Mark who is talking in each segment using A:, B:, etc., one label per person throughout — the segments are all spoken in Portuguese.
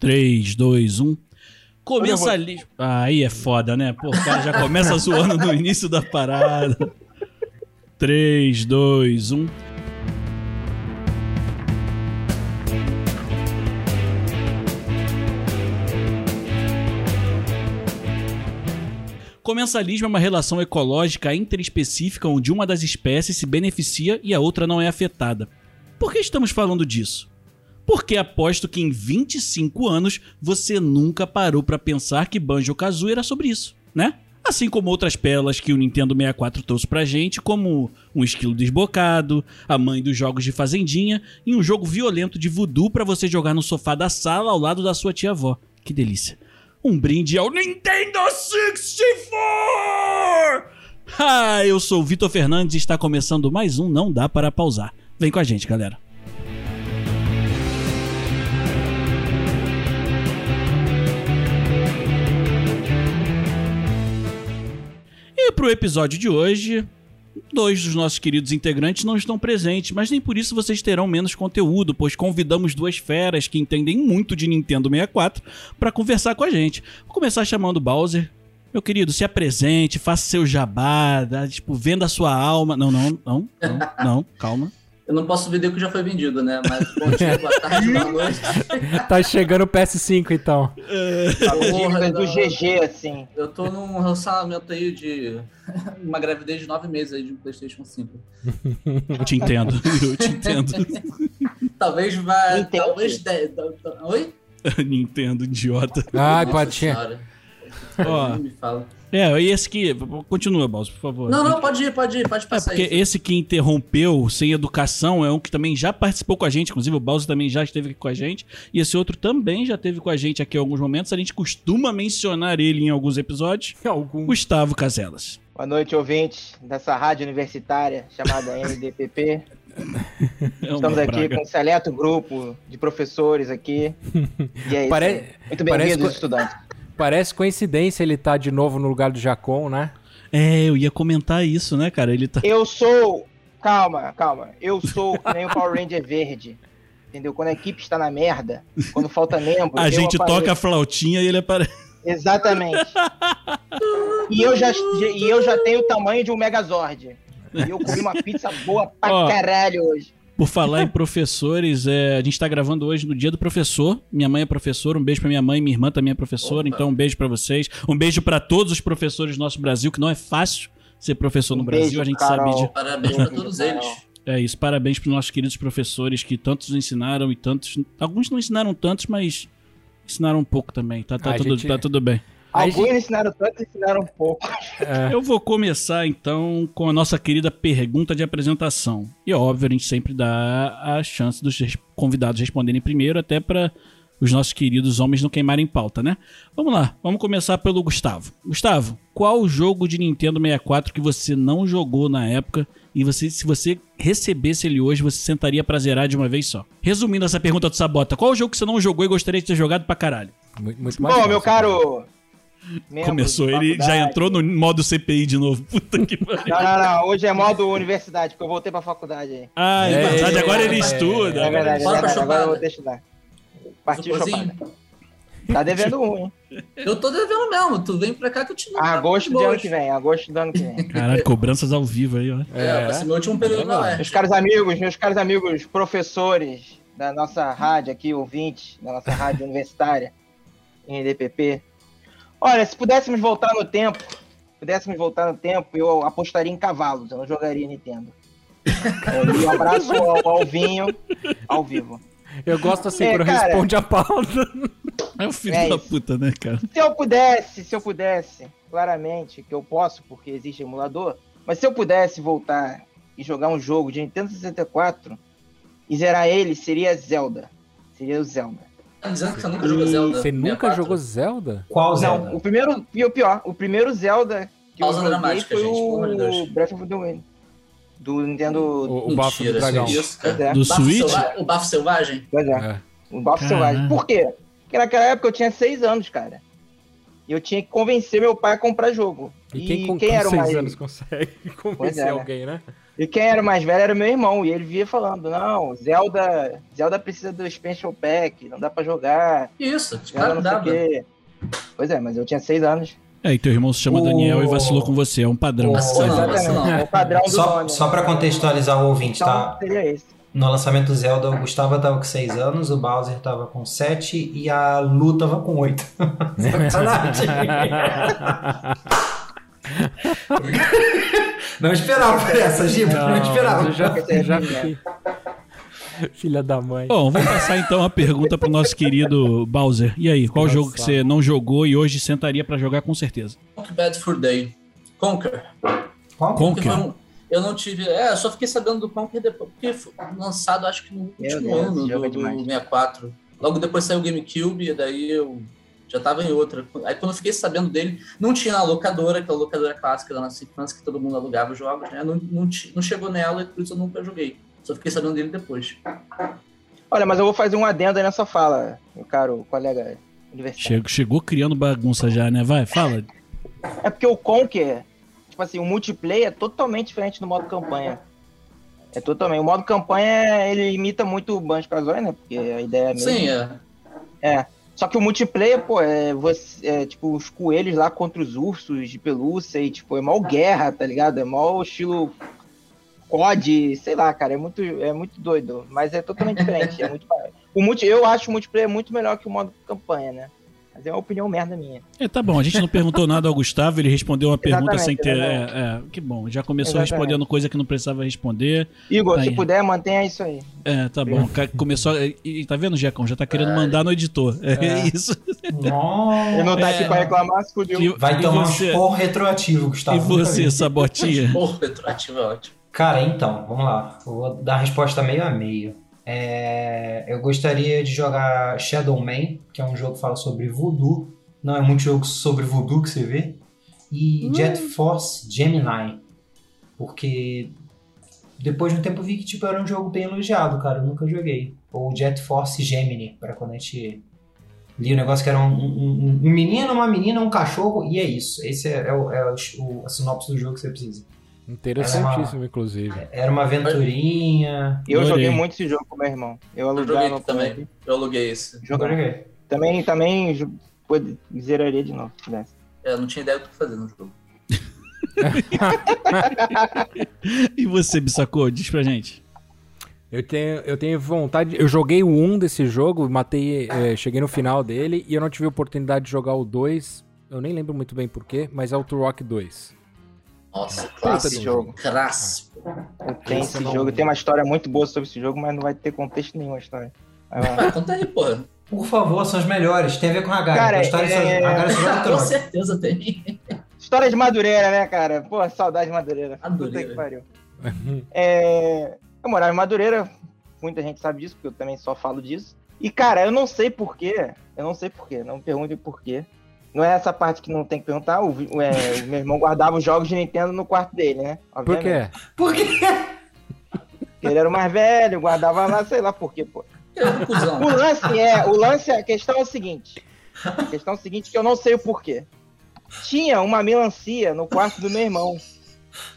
A: 3, 2, 1. Começa ali. Aí é foda, né? Pô, o cara já começa zoando no início da parada. um. 3, 2, 1. Comensalismo é uma relação ecológica interespecífica onde uma das espécies se beneficia e a outra não é afetada. Por que estamos falando disso? Porque aposto que em 25 anos você nunca parou para pensar que Banjo-Kazooie era sobre isso, né? Assim como outras pérolas que o Nintendo 64 trouxe pra gente, como um esquilo desbocado, a mãe dos jogos de fazendinha e um jogo violento de voodoo para você jogar no sofá da sala ao lado da sua tia-avó. Que delícia. Um brinde ao Nintendo 64! Ah, eu sou o Vitor Fernandes e está começando mais um Não Dá Para Pausar. Vem com a gente, galera. E pro episódio de hoje, dois dos nossos queridos integrantes não estão presentes, mas nem por isso vocês terão menos conteúdo, pois convidamos duas feras que entendem muito de Nintendo 64 para conversar com a gente. Vou começar chamando o Bowser. Meu querido, se apresente, faça seu jabá, dá, tipo, venda a sua alma. Não, não, não, não, não, calma.
B: Eu não posso vender o que já foi vendido, né? Mas bom dia, boa tarde, boa noite.
C: Tá chegando o PS5, então.
B: Porra,
D: Dicas Tá do
B: não.
D: GG, assim.
B: Eu tô num relacionamento aí de uma gravidez de nove meses aí de um PlayStation 5.
A: Eu te entendo, eu te entendo.
B: Talvez vá.
D: Entendo.
B: Talvez. De, tal- tal- oi?
A: Nintendo, idiota.
C: Ai,
B: Nossa
C: Patinha.
B: senhora.
A: Ó.
B: Me fala.
A: É, e esse que. Continua, Bowser, por favor.
B: Não, não, pode ir, pode ir, pode
A: É,
B: passar
A: porque
B: aí.
A: esse que interrompeu sem educação é um que também já participou com a gente, inclusive o Bowser também já esteve aqui com a gente, e esse outro também já esteve com a gente aqui em alguns momentos, a gente costuma mencionar ele em alguns episódios,
C: Algum.
A: Gustavo Caselas.
D: Boa noite, ouvintes dessa rádio universitária chamada MDPP.
A: É
D: Estamos
A: uma
D: aqui
A: praga.
D: com um seleto grupo de professores aqui. E é isso.
C: Pare-
D: aí.
C: parece
D: Muito bem-vindos,
C: co-
D: estudantes.
C: Parece coincidência ele tá de novo no lugar do Jacon, né?
A: É, eu ia comentar isso, né, cara? Ele tá.
D: Eu sou. Calma, calma. Eu sou que nem o Power Ranger verde. Entendeu? Quando a equipe está na merda, quando falta membro.
A: A
D: eu
A: gente
D: apareço.
A: toca a flautinha e ele aparece.
D: Exatamente. E eu já, e eu já tenho o tamanho de um Megazord. E eu comi uma pizza boa pra
A: Ó.
D: caralho hoje.
A: Por falar em professores, é, a gente tá gravando hoje no dia do professor. Minha mãe é professora, um beijo pra minha mãe, minha irmã também é professora,
B: Opa.
A: então um beijo pra vocês. Um beijo pra todos os professores do nosso Brasil, que não é fácil ser professor no
D: Um
A: Brasil,
D: beijo,
A: a gente
D: Carol.
A: sabe de,
B: Parabéns pra todos eles.
A: É isso, parabéns para nossos queridos professores que tantos ensinaram e tantos. Alguns não ensinaram tantos, mas ensinaram um pouco também. Tá, tá
C: A
A: tudo,
C: gente-
A: tá tudo bem.
C: A
D: Alguns
C: gente-
D: ensinaram tanto, ensinaram pouco.
C: É.
A: Eu vou começar então com a nossa querida pergunta de apresentação. E óbvio, a gente sempre dá a chance dos res- convidados responderem primeiro, até para os nossos queridos homens não queimarem pauta, né? Vamos lá, vamos começar pelo Gustavo. Gustavo, qual o jogo de Nintendo 64 que você não jogou na época e você, se você recebesse ele hoje, você sentaria pra zerar de uma vez só? Resumindo essa pergunta do Sabota, qual o jogo que você não jogou e gostaria de ter jogado pra caralho?
C: Mu- Muito mais
D: Bom,
C: fácil.
D: meu caro. membro
A: Começou,
D: de
A: ele já
D: faculdade.
A: entrou no modo CPI de novo. Puta que pariu.
D: Não, não, não. Hoje é modo universidade, porque eu voltei pra faculdade aí.
A: Ah, é,
C: É,
A: verdade, agora ele
B: é,
A: estuda.
D: É verdade, é
B: Bora pra
D: verdade. assim, Agora
B: chupada.
D: eu vou estudar. Partiu
B: Socorzinho.
D: chopada. Tá devendo um, hein?
B: Eu tô devendo mesmo, tu vem pra cá que eu te
D: Agosto do
B: de
D: ano que vem, agosto do ano que vem.
A: Caralho, cobranças ao vivo aí, ó.
B: É, vai ser meu último período
C: Vamos
B: na
C: lá.
B: UERJ.
D: Meus caros amigos, meus caros amigos professores da nossa rádio aqui, ouvintes da nossa rádio universitária, NDPP. Olha, se pudéssemos voltar no tempo, pudéssemos voltar no tempo, eu apostaria em cavalos, eu não jogaria Nintendo. Um abraço ao, ao vinho, ao vivo.
C: Eu gosto assim,
D: É,
C: quando
D: cara.
C: responde a pauta.
A: É o filho
D: É
A: da
D: isso.
A: puta, né, cara?
D: Se eu pudesse, se eu pudesse, claramente que eu posso, porque existe emulador, mas se eu pudesse voltar e jogar um jogo de Nintendo 64 e zerar ele, seria Zelda. Seria o Zelda.
B: Tá dizendo que você nunca jogou Zelda.
C: Você nunca
B: 64?
C: jogou Zelda?
E: Qual
D: Não, o primeiro, e o pior, o primeiro Zelda que eu
B: Pausa
D: joguei
B: dramática,
D: foi
B: gente, pelo amor de
D: o
B: Deus.
D: Breath of the Wild. Do Nintendo.
C: O, o bafo do
B: Mentira, assim,
C: dragão.
B: Isso, cara.
D: Pois é,
A: Do
B: Bafo
A: Switch?
B: Selva- O bafo selvagem?
D: pois é.
C: É.
D: O Bafo
A: Caralho.
D: Selvagem. Por quê? Porque naquela época eu tinha seis anos, cara. E eu tinha que convencer meu pai a comprar jogo.
C: E quem com, com
D: era o
C: seis
D: mais.
C: anos consegue
D: Pois
C: convencer
D: é, né?
C: alguém, né?
D: E quem era o mais velho era o meu irmão. E ele via falando: não, Zelda, Zelda precisa do Expansion Pack, não dá pra jogar.
B: Isso, tipo, os
D: Zelda
B: caras
D: É, não sei o
B: davam.
D: quê. Pois é, mas eu tinha seis anos.
A: É, e teu irmão se chama
E: O-
A: Daniel e vacilou com você, é um padrão.
E: O-
B: Vacilão,
D: Exatamente,
B: vacilão.
D: é o padrão do
E: Só,
D: nome.
E: só pra contextualizar o ouvinte,
D: Então
E: tá?
D: seria esse.
E: No lançamento do Zelda, o Gustavo tava com 6 anos, o Bowser tava com 7 e a Lu tava com 8. Sacanagem. não esperava por essa, Giba. Não, esperava.
C: eu já, eu já fiquei. Filha da mãe.
A: Bom, vamos passar então a pergunta pro nosso querido Bowser. E aí, qual jogo que você não jogou e hoje sentaria pra jogar com certeza?
B: Conquer Bad for Day. Conquer.
E: Qual?
B: Porque
A: Conker.
B: foi um- eu não tive. É, eu só fiquei sabendo do Conquer depois. Porque foi lançado, acho que no
D: Meu
B: último
D: Deus,
B: ano
D: esse
B: do,
D: jogo é
B: do
D: demais.
B: 64. Logo depois saiu o GameCube, e daí eu já tava em outra. Aí quando eu fiquei sabendo dele, não tinha na locadora, aquela locadora clássica da nossa infância que todo mundo alugava os jogos, né? Não, não, ti- não chegou nela e por isso eu nunca joguei. Só fiquei sabendo dele depois.
D: É Olha, mas eu vou fazer um adendo aí nessa fala, meu caro colega universitário.
A: Chegou, chegou criando bagunça já, né? Vai, fala.
D: É porque o Conquer, tipo assim, o multiplayer é totalmente diferente do modo campanha. É totalmente. O modo campanha, ele imita muito o Banjo Kazooie, né? Porque a ideia é a mesma.
B: Sim, é.
D: Só que o multiplayer, pô, é, você, é, tipo os coelhos lá contra os ursos de pelúcia e, tipo, é mal guerra, tá ligado? É mal estilo COD, sei lá, cara. É muito, é muito doido. Mas é totalmente diferente. é muito o multi, Eu acho o multiplayer muito melhor que o modo campanha, né? Mas é uma opinião merda minha.
A: É, tá bom, a gente não perguntou nada ao Gustavo, ele respondeu uma pergunta sem ter.
D: Exatamente, né,
A: É, é, que bom, já começou
D: Exatamente.
A: respondendo coisa que não precisava responder.
D: Igor,
A: Tá
D: se
A: aí.
D: puder, mantenha isso aí.
A: É, tá bom. ca- Começou. a- E, tá vendo, Giacão? Já tá querendo mandar no editor. É, isso.
D: Ele não tá
A: É.
D: aqui pra reclamar, se fudeu.
A: E-
E: Vai
A: e
E: tomar
A: você-
E: um tá? porro retroativo, Gustavo.
A: E
E: Nunca vi.
A: você, Sabotinha?
B: Porra, retroativo é ótimo.
E: Cara, então, vamos lá. Eu vou dar a resposta meio a meio. É, Eu gostaria de jogar Shadow Man, que é um jogo que fala sobre voodoo. Não é muito jogo sobre voodoo que você vê. E Jet Force Gemini. Porque depois de um tempo eu vi que tipo, era um jogo bem elogiado, cara. Eu nunca joguei. Ou Jet Force Gemini, pra quando a gente lia o negócio que era um, um- um- um menino, uma menina, um cachorro, e é isso. Esse é, é o- é o- a sinopse do jogo que você precisa.
C: Interessantíssimo, inclusive.
E: Era uma aventurinha.
D: Eu
A: Adorei.
D: joguei muito esse jogo com meu irmão. Eu
B: Eu
D: alugava
B: joguei também. Eu aluguei esse.
D: Jogava. Também, também ju- pô, zeraria de novo, se pudesse.
B: É, Eu não tinha ideia do que fazer no jogo.
A: E você, Bissacô? Diz pra gente.
C: Eu tenho, eu tenho vontade. Eu joguei o 1 desse jogo, matei, eh, cheguei no final dele e eu não tive oportunidade de jogar o 2. Eu nem lembro muito bem porquê, mas é o Turok 2.
B: Nossa,
D: de
B: clássico.
D: jogo.
B: Clássico.
D: Eu tenho
E: Esse
D: esse
E: não-
D: jogo, tem uma história muito boa sobre esse jogo, mas não vai ter contexto nenhum a história. Vai lá.
B: Ah, então tá aí, porra.
E: Por favor, são os melhores. Tem a ver com a Gara.
D: Cara,
E: a história
D: é-
E: só, a Gara só joga
B: Com
E: troca.
B: certeza tem.
D: história de Madureira, né, cara? Pô, saudade de Madureira. Puta
B: Madureira.
D: que pariu. É, eu morava em Madureira, muita gente sabe disso, porque eu também só falo disso. E, cara, eu não sei porquê, eu não sei porquê, não me perguntem porquê. Não é essa parte que não tem que perguntar. O, vi- o, é, o meu irmão guardava os jogos de Nintendo no quarto dele, né?
C: Por
D: Obviamente.
C: quê?
E: Por quê?
D: Porque Ele era o mais velho, guardava lá, sei lá por quê, pô.
B: Ele é um cuzão.
D: O lance é, o lance, é- a questão é o seguinte. A questão é o seguinte que eu não sei o porquê. Tinha uma melancia no quarto do meu irmão.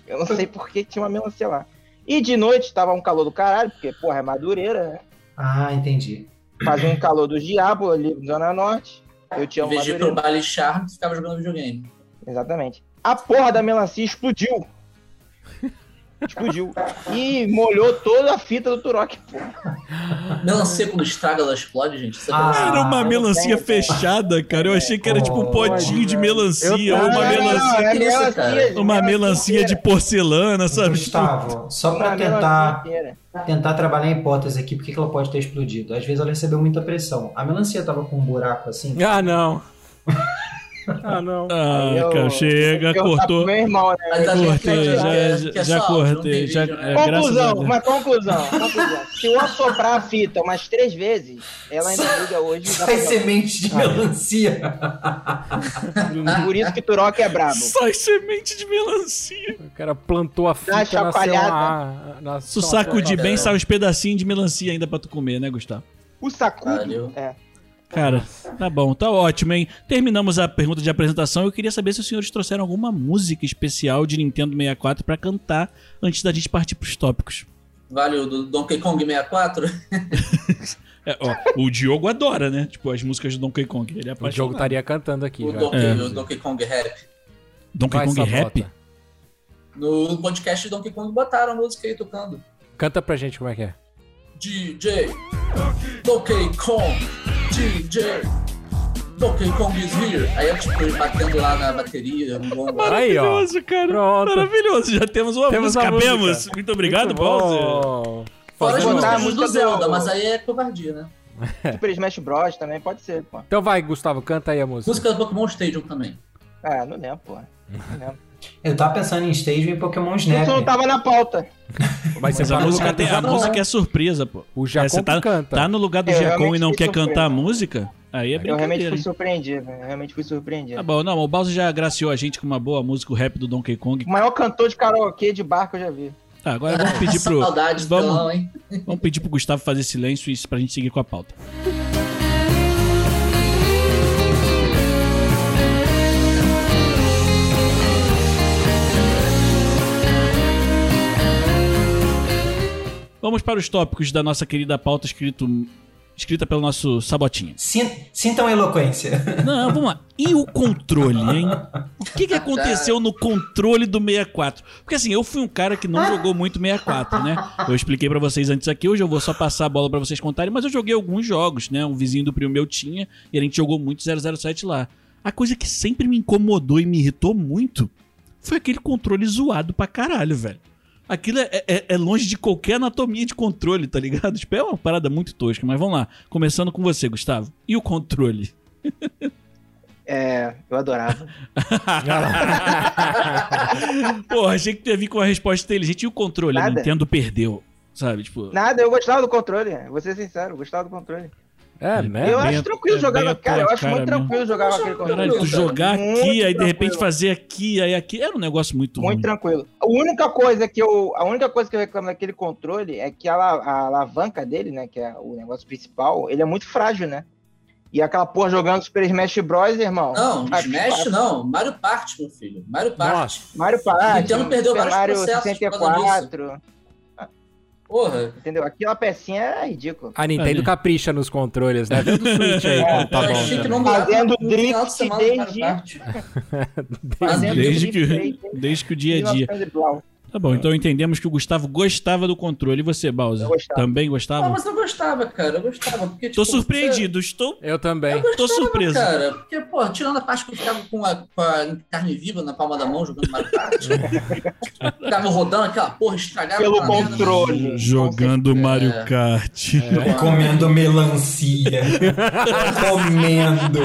D: Eu não sei por que tinha uma melancia lá. E de noite tava um calor do caralho, porque, porra, é madureira, né?
E: Ah, entendi.
D: Fazia um calor do diabo ali na Zona Norte. Eu tinha
B: Em
D: uma
B: vez de ir pro
D: madureira.
B: baile charme, ficava jogando videogame.
D: Exatamente. A porra da melancia explodiu. Explodiu. E molhou toda a fita do Turok, pô.
B: Melancia quando estraga, ela explode, gente. Isso é
E: Ah,
B: melancia.
A: Era uma
E: eu
A: melancia
D: tenho, cara.
A: fechada, cara. Eu achei que era tipo um
E: Oh,
A: potinho de
C: eu-
A: melancia,
C: eu-
A: ou uma
D: Não, não, não,
A: melancia,
D: é
B: que isso, cara?
D: de
A: uma melancia de porcelana, sabe?
E: Gustavo, só pra
D: É Uma
E: tentar,
D: melancia.
E: tentar trabalhar a hipótese aqui, por que que ela pode ter explodido? Às vezes ela recebeu muita pressão. A melancia tava com um buraco assim.
B: é.
C: Ah, não. ah, não.
A: Ah,
D: Eu-
A: cara, chega,
D: eu tava com
A: cortou.
D: Meu irmão, né?
B: Mas a gente
A: Cortei,
B: tem que
A: já-
B: ver
A: já-
B: que é
A: já
B: só áudio, não
A: cortei,
B: tem
A: já-
B: vídeo, né?
A: é. graças a
D: conclusão,
A: Deus.
D: uma conclusão, conclusão. Se eu assoprar a fita umas três vezes, ela ainda liga hoje. dá pra
E: Sai semente de
D: Ah,
E: melancia.
D: jogar. Por isso que Turok é brabo.
A: Sai semente de melancia.
C: O cara plantou a fita, nasceu
D: chacoalhada.
C: uma... nasceu
A: Se
C: uma-
A: saco de
B: não.
A: bem, sai uns pedacinhos de melancia ainda pra tu comer, né, Gustavo?
D: O sacudo.
B: Valeu.
D: É.
A: Cara, tá bom, tá ótimo, hein? Terminamos a pergunta de apresentação. Eu queria saber se os senhores trouxeram alguma música especial de Nintendo 64 pra cantar antes da gente partir pros tópicos.
B: Vale o do Donkey Kong 64?
A: É, ó, o Diogo adora, né? Tipo, as músicas do Donkey Kong. Ele é
C: O jogo
A: apaixonado.
C: estaria cantando aqui.
B: o,
C: já.
B: Donkey,
A: É.
B: o Donkey Kong Rap.
A: Donkey
C: Vai,
A: Kong
C: Savota.
A: Rap?
B: No podcast de Donkey Kong botaram a música aí tocando.
C: Canta pra gente como é que é.
B: DJ Donkey Kong DJ Donkey Kong is here Aí eu tipo ele batendo lá na bateria um no gongo.
C: Aí, ó.
A: Maravilhoso, cara.
C: Pronto.
A: Maravilhoso. Já temos uma
C: Temos
A: música.
C: a música.
A: Cabemos. Muito obrigado,
C: Muito
A: Bowser.
C: bom.
B: Fora as
C: Fazendo-
D: botar a
B: músicas do
D: música
B: Zelda,
D: do-
B: mas aí é covardia, né?
A: É.
D: Super Smash Bros. também pode ser, pô.
C: Então vai, Gustavo, canta aí a música.
B: Música do Pokémon Stadium também.
D: Ah, não lembro, pô. Não lembro.
E: Eu tava pensando em Stage e Pokémon Snap.
B: É.
D: Isso não tava na pauta.
C: Mas
A: Mas a
E: Não,
A: música,
E: cara,
A: tem, a
E: não.
A: música é surpresa, pô.
C: O Jacon
A: É, você tá,
C: que canta.
A: tá no lugar do
D: É, eu
A: Jacon e
D: realmente
A: não
D: fui
A: quer
D: surpreso.
A: cantar a música? Aí é
D: Eu realmente
A: brincadeira.
D: fui
A: hein?
D: surpreendido. Eu realmente fui surpreendido.
A: Tá bom, não, o Bowser já agraciou a gente com uma boa música, o rap do Donkey Kong.
D: O maior cantor de karaokê de bar que eu já vi.
A: Tá, agora vamos pedir pro.
B: Saudades
A: vamos-
B: então, hein?
A: Vamos pedir pro Gustavo fazer silêncio e isso pra gente seguir com a pauta. Vamos para os tópicos da nossa querida pauta escrito, escrita pelo nosso Sabotinha.
E: Sin- Sintam a eloquência.
A: Não, vamos lá. E o controle, hein? O que, que aconteceu no controle do 64? Porque assim, eu fui um cara que não jogou muito 64, né? Eu expliquei pra vocês antes aqui, hoje eu vou só passar a bola pra vocês contarem, mas eu joguei alguns jogos, né? Um vizinho do primo meu tinha, e a gente jogou muito 007 lá. A coisa que sempre me incomodou e me irritou muito foi aquele controle zoado pra caralho, velho. Aquilo é, é- é longe de qualquer anatomia de controle, tá ligado? Tipo, é uma parada muito tosca, mas vamos lá. Começando com você, Gustavo. E o controle?
D: É, eu adorava.
A: Porra, achei que tu ia vir com uma resposta inteligente. E o controle? A
D: Nada.
A: Nintendo perdeu. Sabe, tipo.
D: Nada, eu gostava do controle. Vou ser sincero, eu gostava do controle.
C: É, né?
D: eu
A: bem
D: acho
A: a-
D: tranquilo
A: é
D: jogar
A: bem a
D: na cara. Eu
A: tua
D: acho muito
A: cara é mesmo.
D: tranquilo jogar com aquele controle.
A: Caralho, tu jogar
D: Muito
A: aqui, aí de repente
D: tranquilo.
A: fazer aqui, aí aqui. Era um negócio muito,
D: Muito
A: ruim.
D: tranquilo. A única coisa que eu, a única coisa que eu reclamo daquele controle é que a, la- a alavanca dele, né, que é o negócio principal, ele é muito frágil, né? E aquela porra jogando Super Smash Bros, irmão.
B: Não,
D: Vai-
B: Smash não. Mario Party, meu filho. Mario Party.
C: Nossa.
D: Mario Party,
B: Nintendo perdeu
D: Super
B: vários
D: Mario
B: processos por causa
D: 64,
B: Porra.
D: entendeu? Aquela pecinha é ridícula.
C: A Nintendo
A: Ali.
C: capricha nos controles, né? Vem do Switch aí,
D: É,
C: quando tá
B: eu
C: bom.
B: achei que
A: né?
C: também.
B: não dava
D: Fazendo
B: um final de
D: drift
B: semana de Mario
D: desde-
B: Party.
D: Fazendo
A: Desde que,
D: drift,
B: né?
A: desde que o dia a dia.
D: 1900 e blau.
A: Tá bom, então entendemos que o Gustavo gostava do controle. E você, Bowser?
D: Eu gostava.
A: Também
B: Ah,
A: gostava?
B: mas eu gostava, cara. Eu gostava. Porque,
A: Tô
B: tipo, você-
A: surpreendido, estou.
C: Eu também.
B: Eu
A: Tô
B: gostava,
A: surpreso.
B: Cara, porque, pô, tirando a parte que eu ficava com a, com a carne viva na palma da mão jogando Mario Kart, ficava rodando aquela porra, estragava
D: Pelo
B: aquela merda.
D: controle.
A: Jogando Mario Kart.
E: Comendo melancia. Comendo.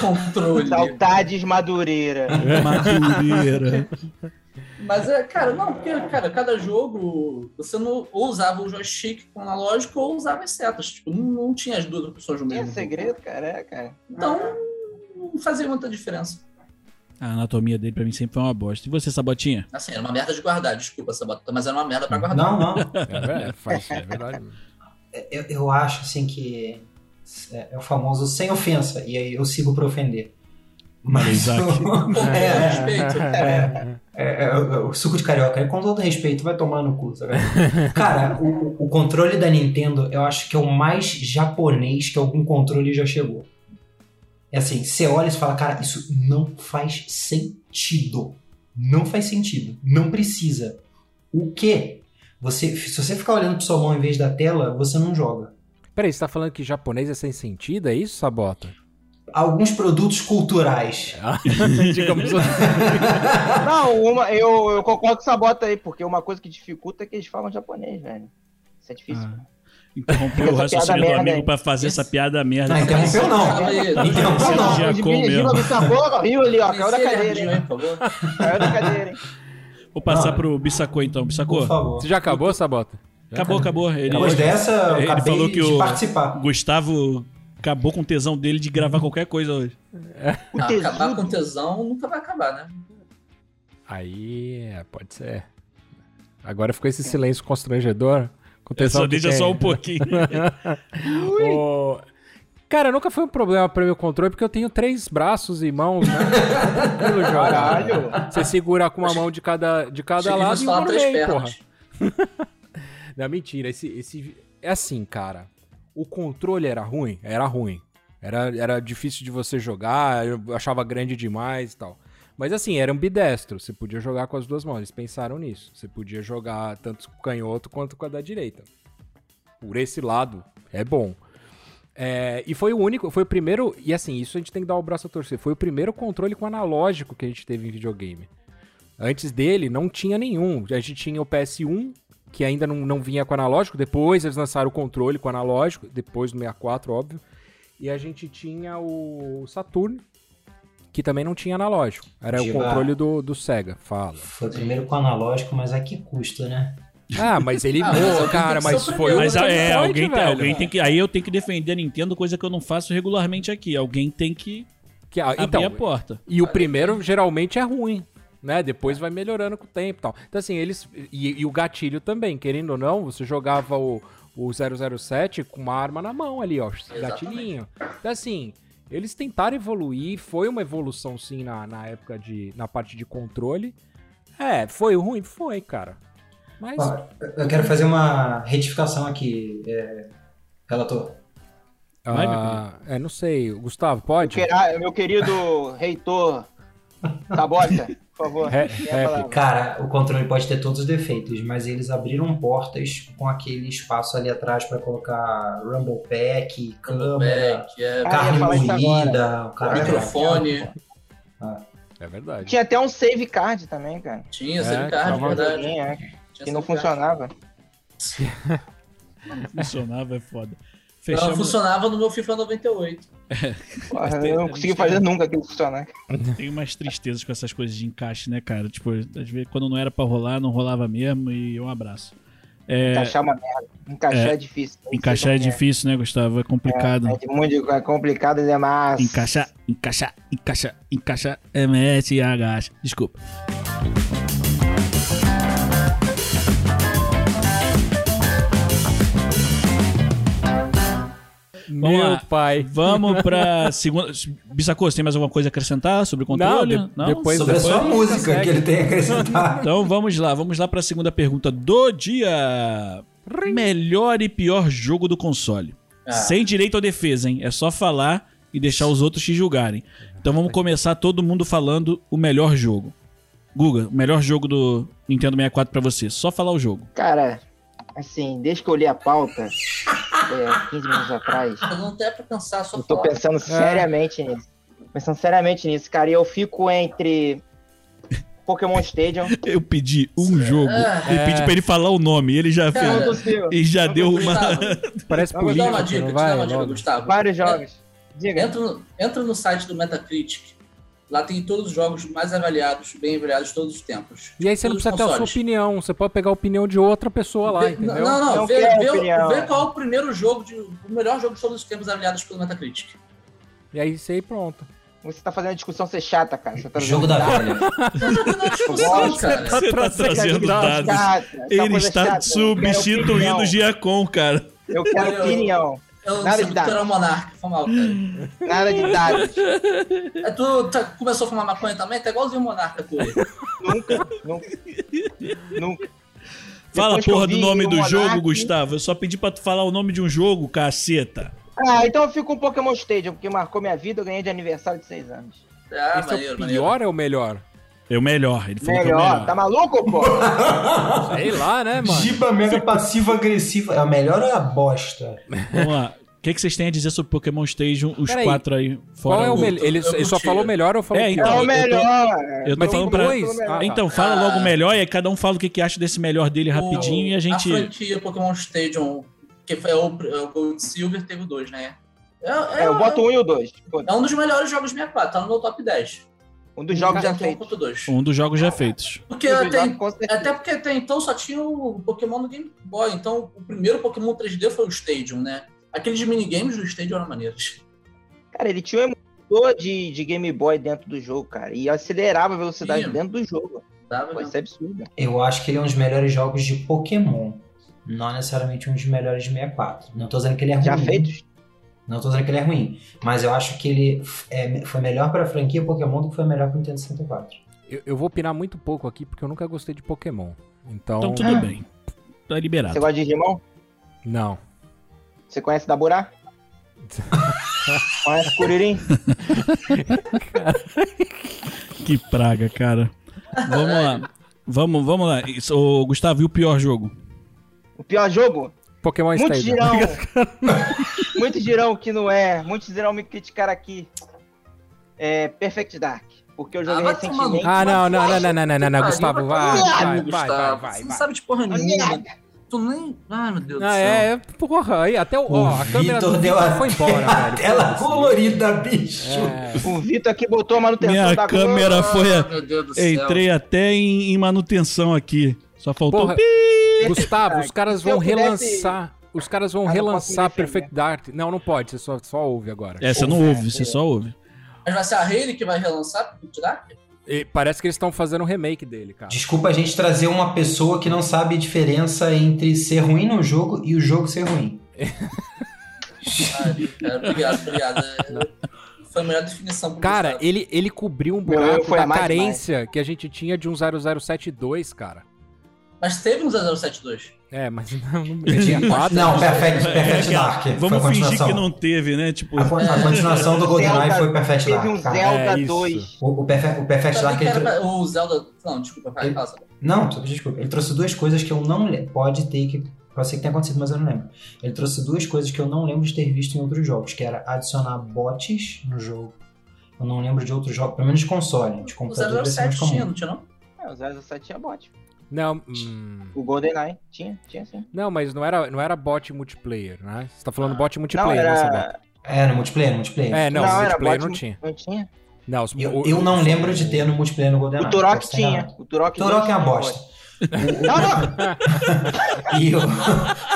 B: Controle.
D: Saudades Madureira.
A: É. Madureira.
B: Mas é, cara, não, porque, cara, cada jogo você não ou usava o joystick com analógico ou usava as setas. Tipo, não, não tinha as duas opções no
D: Que
B: mesmo. jogo.
D: é segredo, cara, é, cara.
B: Então, não fazia muita diferença.
A: A anatomia dele pra mim sempre foi uma bosta. E você, Sabotinha?
B: Assim, era uma merda de guardar, desculpa, Sabata, mas era uma merda pra guardar.
E: Não, não.
C: É, é, faz, é verdade.
E: Eu, eu acho assim que é, é o famoso sem ofensa. E aí eu sigo pra ofender. Mas.
A: Isaac.
E: o-
B: Com todo respeito.
E: É, é, é, o suco de carioca, é, com todo respeito, vai tomar no cu, sabe? Cara, o, o controle da Nintendo, eu acho que é o mais japonês que algum controle já chegou. É assim, você olha e você fala, cara, isso não faz sentido. Não faz sentido. Não precisa. O quê? Você, se você ficar olhando pra sua mão em vez da tela, você não joga.
C: Peraí, você tá falando que japonês é sem sentido? É isso, Sabota?
E: Alguns produtos culturais.
A: Ah,
C: Digamos
D: Não, uma, eu, eu concordo com essa bota aí, porque uma coisa que dificulta é que eles falam japonês, velho. Isso é difícil.
A: Ah, Interrompeu o
D: Essa
A: raciocínio
D: piada
A: do
D: merda
A: amigo
D: aí.
A: pra fazer essa piada merda.
E: Não, interrompeu Tá não. Então.
B: Fala aí, né?
E: Interrompeu não.
A: Jacan
D: Não,
A: mesmo.
D: dirigindo a Bissacor, riu ali, ó, caiu da
B: Esse Ah,
D: cadeira,
B: rapidinho
D: hein?
B: aí, por favor.
D: Caiu da cadeira, hein?
A: Vou passar
E: Não.
A: pro Bissacô então.
E: Por
A: Bissacô,
E: favor.
C: Você já acabou, Sabota?
A: acabou, acabou. Ele,
E: Depois dessa, eu
A: ele
E: acabei
A: falou que
E: de
A: o-
E: participar.
A: Gustavo acabou com o tesão dele de gravar qualquer coisa hoje.
D: O
B: Ah, acabar
D: tesudo.
B: com tesão nunca vai acabar, né?
C: Aí, é, pode ser. Agora ficou esse silêncio constrangedor. Com
A: É,
C: tesão
A: só
C: que
A: deixa
C: tem.
A: só um pouquinho.
C: Ô, Cara, nunca foi um problema pra meu controle, porque eu tenho três braços e mãos, né? Tranquilo, jogar.
D: Caralho.
B: Ah.
C: Você segura com uma mão de cada, de cada
B: Achei que
C: lado
B: você
C: e uma
B: falava
C: no
B: três
C: meio, porra.
B: pernas.
C: Não, é mentira. Esse, esse... É assim, cara. O controle era ruim? Era ruim. Era, era difícil de você jogar, eu achava grande demais e tal. Mas assim, era ambidestro. Você podia jogar com as duas mãos. Eles pensaram nisso. Você podia jogar tanto com o canhoto quanto com a da direita. Por esse lado, é bom. É, e foi o único, foi o primeiro. E assim, isso a gente tem que dar o braço a torcer. Foi o primeiro controle com analógico que a gente teve em videogame. Antes dele, não tinha nenhum. A gente tinha o PS1, que ainda não, não vinha com analógico. Depois eles lançaram o controle com analógico, depois no 64, óbvio. E a gente tinha o Saturn, que também não tinha analógico. Era
E: Diva.
C: o controle do, do Sega, fala.
E: Foi primeiro com o analógico, mas a que custo, né?
C: Ah, mas ele.
B: Ah, mas
C: Pô,
B: alguém
C: cara,
B: tem que
C: mas foi.
B: Eu
A: Mas
C: um
A: ah, é,
C: Android,
A: alguém, tem,
C: velho.
A: alguém tem que. Aí eu tenho que defender a Nintendo, coisa que eu não faço regularmente aqui. Alguém tem que
C: Que, ah,
A: abrir a
C: então,
A: porta.
C: E o primeiro geralmente é ruim, né? Depois vai melhorando com o tempo e tal. Então, assim, eles. E, e o gatilho também, querendo ou não, você jogava o, o 007 com uma arma na mão ali, ó. Gatilhinho. Então, assim, eles tentaram evoluir, foi uma evolução sim na, na época de. na parte de controle. É, foi ruim? Foi, cara. Mas.
E: Ó, eu quero fazer uma retificação aqui, é, relator.
A: vai, meu
C: ah, é, não sei. Gustavo,
D: Meu
C: pode?
D: quera- Meu querido reitor Sabota, por favor.
C: Re-
D: tenha a palavra.
E: Cara, o controle pode ter todos os defeitos, mas eles abriram portas com aquele espaço ali atrás pra colocar Rumble Pack, câmera,
B: Comeback, é,
D: Ah,
E: carne
D: ia falar isso
E: moída, o cara
B: microfone,
C: É verdade.
D: Tinha até um save card também, cara.
B: tinha
C: É, né?
B: SMK, de
C: tava-
B: verdade.
D: Sim,
B: Tinha
D: é, que não
B: SMK.
D: funcionava.
A: Funcionava, é foda.
B: Ela
A: Fechamos.
B: funcionava no meu FIFA 98.
D: Porra,
B: é
D: eu não consegui fazer nunca aquilo funcionar.
A: Tem umas tristezas com essas coisas de encaixe, né, cara? Tipo, às vezes quando não era pra rolar, não rolava mesmo. E um abraço. É,
D: Encaixar uma merda. Encaixar é, difícil. Eu não sei
A: encaixar é
D: como
A: difícil, né, Gustavo? É complicado.
D: É, de muito é complicado demais.
A: Encaixa, encaixa, encaixa, encaixa, MS e agacha. Desculpa. Vamos
C: Meu
A: lá.
C: pai.
A: Vamos pra segunda. Bissacô, você tem mais alguma coisa a acrescentar sobre o controle?
C: Não, de- depois-
E: Sobre a sua
C: Depois-
E: música que ele tem a acrescentar.
A: Então vamos lá, vamos lá pra segunda pergunta do dia. Melhor e pior jogo do console.
B: Ah.
A: Sem direito à defesa, hein? É só falar e deixar os outros te julgarem. Então vamos começar todo mundo falando o melhor jogo. Guga, o melhor jogo do Nintendo 64 pra você. Só falar o jogo.
D: Cara, assim, desde que eu li a pauta, é, 15 minutos atrás,
B: Eu Ah, não até pra cansar, só
D: eu tô
B: falar.
A: É.
D: pensando seriamente nisso. Pensando seriamente nisso, cara. E eu fico entre Pokémon Stadium.
A: Eu pedi um jogo
B: Ah,
A: e pedi pra ele falar o nome. Ele já
B: Cara, Tá
A: fez.
B: eu
D: consigo.
A: E já deu uma.
B: Gustavo,
C: Parece
B: Vou te
C: político.
B: dar uma dica,
C: não
B: te dar
C: vai?
B: uma dica,
C: Logo.
B: Gustavo. É,
D: Vários jogos. Diga.
B: Entra no, entra no site do Metacritic. Lá tem todos os jogos mais avaliados, bem avaliados de todos os tempos.
C: E aí você não
B: Todos os
C: precisa ter a sua
B: consoles.
C: opinião, você pode pegar a opinião de outra pessoa lá,
B: Vê-
C: entendeu?
B: Não, não,
D: Não
B: vê,
D: quero
B: vê o-
D: opinião.
B: vê qual é o primeiro jogo, de, o melhor jogo de todos os tempos avaliados pelo Metacritic.
C: E aí você aí pronto.
D: Você tá fazendo a discussão ser chata, cara. Você tá
E: Jogo da velha.
D: Nossa, cara.
A: Você tá
C: Você tá
A: trazendo
C: trazendo
A: dados.
D: é
A: Ele está substituindo o
D: o
A: Giacom, cara.
D: Eu quero opinião.
B: Eu não
D: Nada
B: sei
D: de
B: porque
D: dados.
B: tu era um monarca, foi mal, cara.
D: Nada de dados.
B: É, tu tá- começou a fumar maconha também? Tá igualzinho o monarca, tu.
D: Nunca, nunca. Nunca.
A: Fala a
D: Depois que eu
A: porra do
D: vi
A: nome
D: o
A: do jogo,
D: Monark-
A: Gustavo. Eu só pedi pra tu falar o nome de um jogo, caceta.
D: Ah, então eu fico com Pokémon Stadium, porque marcou minha vida, eu ganhei de aniversário de 6 anos.
B: Ah,
C: Esse é o
B: maneiro, maneiro.
C: pior ou é o melhor?
A: É o melhor. Ele falou que é o
D: Melhor,
A: melhor.
D: tá maluco, pô?
C: Sei lá, né, mano?
E: Giba mega passivo-agressiva. É a melhor ou é a bosta?
A: Vamos lá. O que, que vocês têm a dizer sobre Pokémon Stadium, os
C: Peraí.
A: quatro aí fora?
C: Qual é o
B: o-
C: melhor? Ele,
B: eu
C: ele só
B: curti.
C: falou melhor ou falou
A: É,
D: É
A: então.
C: pior?
D: o
A: eu tô-
D: melhor.
A: eu tô
D: Mas
A: falando
D: tem
A: pra-
D: dois?
C: Ah, tá.
A: Então, fala
B: Ah.
A: logo o melhor e aí cada um fala o que, que acha desse melhor
C: É
A: dele rapidinho
B: O-
A: e a gente.
B: A franquia Pokémon Stadium, que foi é o, o Gold Silver, teve dois, né? É, é-
D: É, eu boto um e o dois. Pô,
B: é um dos melhores jogos 64, tá no meu top 10.
D: Um dos jogos já
B: Junto com o
D: feitos.
B: 1.2.
A: Um dos jogos já feitos.
B: Porque
D: Um dos
B: até,
D: jogos, com certeza.
B: até porque até então só tinha o Pokémon no Game Boy. Então o primeiro Pokémon 3D foi o Stadium, né? Aqueles minigames do Stadium eram maneiros.
D: Cara, ele tinha um emulador de, de Game Boy dentro do jogo, cara. E acelerava a velocidade
B: Sim.
D: dentro do jogo.
B: Dava,
D: Pô,
B: né?
D: isso é absurdo.
E: Eu acho que ele é um dos melhores jogos de Pokémon. Não necessariamente um dos melhores de 64. Não tô dizendo que ele é ruim.
D: Já feitos?
E: Não tô dizendo que ele é ruim, mas eu acho que ele é, foi melhor pra franquia Pokémon do que foi melhor pro Nintendo 64.
C: Eu, eu vou opinar muito pouco aqui porque eu nunca gostei de Pokémon. Então.
A: Então tudo bem. Tá liberado.
D: Ah. Você gosta de Digimon?
C: Não.
D: Você conhece Daburá? conhece Curirim?
A: Que praga, cara. Vamos lá. Vamos, vamos lá. Isso, ô, Gustavo, e o pior jogo?
D: O pior jogo?
C: Pokémon é
D: Muito
C: Stadium.
D: girão. muito girão que não é. Muitos girão me criticaram aqui. É Perfect Dark. Porque eu
B: Ah,
D: joguei
B: vai tomar no
D: recentemente.
B: cu.
C: Ah, não, não, não, não, não,
D: é.
C: não, não, não,
B: Pariu,
C: Gustavo, vai, vai,
B: tomar no cu,
C: vai, vai,
B: Gustavo.
C: vai,
B: Você não
C: vai.
B: sabe de porra
D: Ah,
B: nenhuma. né? Tu nem. Ai, meu Deus do
C: Ah,
B: céu.
C: é, porra, aí até o, ó, a câmera
E: Vitor
C: do
E: deu
C: Vitor
E: a-
C: foi embora,
E: a
C: velho.
E: tela colorida, bicho.
C: É,
D: O Vitor aqui botou a manutenção
A: Minha
D: da
A: câmera foi.
B: Ah,
A: a-
B: meu Deus do céu.
A: Entrei até em, em manutenção aqui. Só faltou.
C: Porra,
A: pi-
C: Gustavo, os caras
D: Se eu
C: vão
D: pudesse-
C: relançar, os caras vão
D: Ah, não posso me
C: relançar
D: defender.
C: Perfect Dark. Não, não pode, você só, só ouve agora.
A: É, você não ouve, você só ouve.
B: Mas vai ser a Hayley que vai relançar pro Tidak?
C: E parece que eles estão fazendo um remake dele, cara.
E: Desculpa a gente trazer uma pessoa que não sabe a diferença entre ser ruim no jogo e o jogo ser ruim.
B: Pariu, cara. Obrigado, obrigado. É, Foi a melhor definição. pro
C: Cara,
B: Gustavo.
C: ele, ele cobriu um
D: Meu,
C: buraco
D: foi a
C: da
D: mais
C: carência que a gente tinha de um 0072, cara.
B: Mas teve um 0072.
C: É, mas não, não
E: Tinha-
C: tinha quatro.
E: não, Perfect, Perfect
A: É, cara,
E: Dark. foi a
A: Vamos fingir
E: continuação.
A: que não teve, né? Tipo,
E: A, con- a continuação do GoldenEye
D: Zelda-
E: foi Perfect Dark.
D: Teve um
E: cara.
C: É
D: Zelda
C: isso.
D: 2.
E: O, o Perfect, o Perfect
B: Sabe
E: Dark.
B: que
E: É, Ele
B: era
E: tro...
B: pra- O Zelda. Não, desculpa, vai,
E: Ele-
B: fala. Zelda.
E: Não, só- desculpa. Ele trouxe duas coisas que eu não lembro. Pode ter que. Pode ser que tenha acontecido, mas eu não lembro. Ele trouxe duas coisas que eu não lembro de ter visto em outros jogos, que era adicionar bots no jogo. Eu não lembro de outros jogos, pelo menos de console, de
B: O
E: computador. deve ser mais
B: 007 tinha,
E: comum.
B: não tinha, não?
D: É, o 007 tinha bot.
C: Não, hum,
D: O GoldenEye tinha, tinha sim.
C: não, mas não era, não era bot multiplayer, né? Você tá falando bot
D: Ah. Não,
C: multiplayer, né, Sabá?
D: era.
E: É, no multiplayer, no multiplayer.
C: É, não,
D: Não, era
C: multiplayer
D: bot-
C: não tinha.
D: Não tinha?
C: Não, os-
E: Eu,
C: o-
E: eu não lembro de ter no multiplayer no GoldenEye.
D: O Turok
E: posso estar
D: tinha.
E: enganado.
D: O Turok,
E: O Turok é uma
D: tinha
E: bosta.
D: bot. Não, não.
E: E o,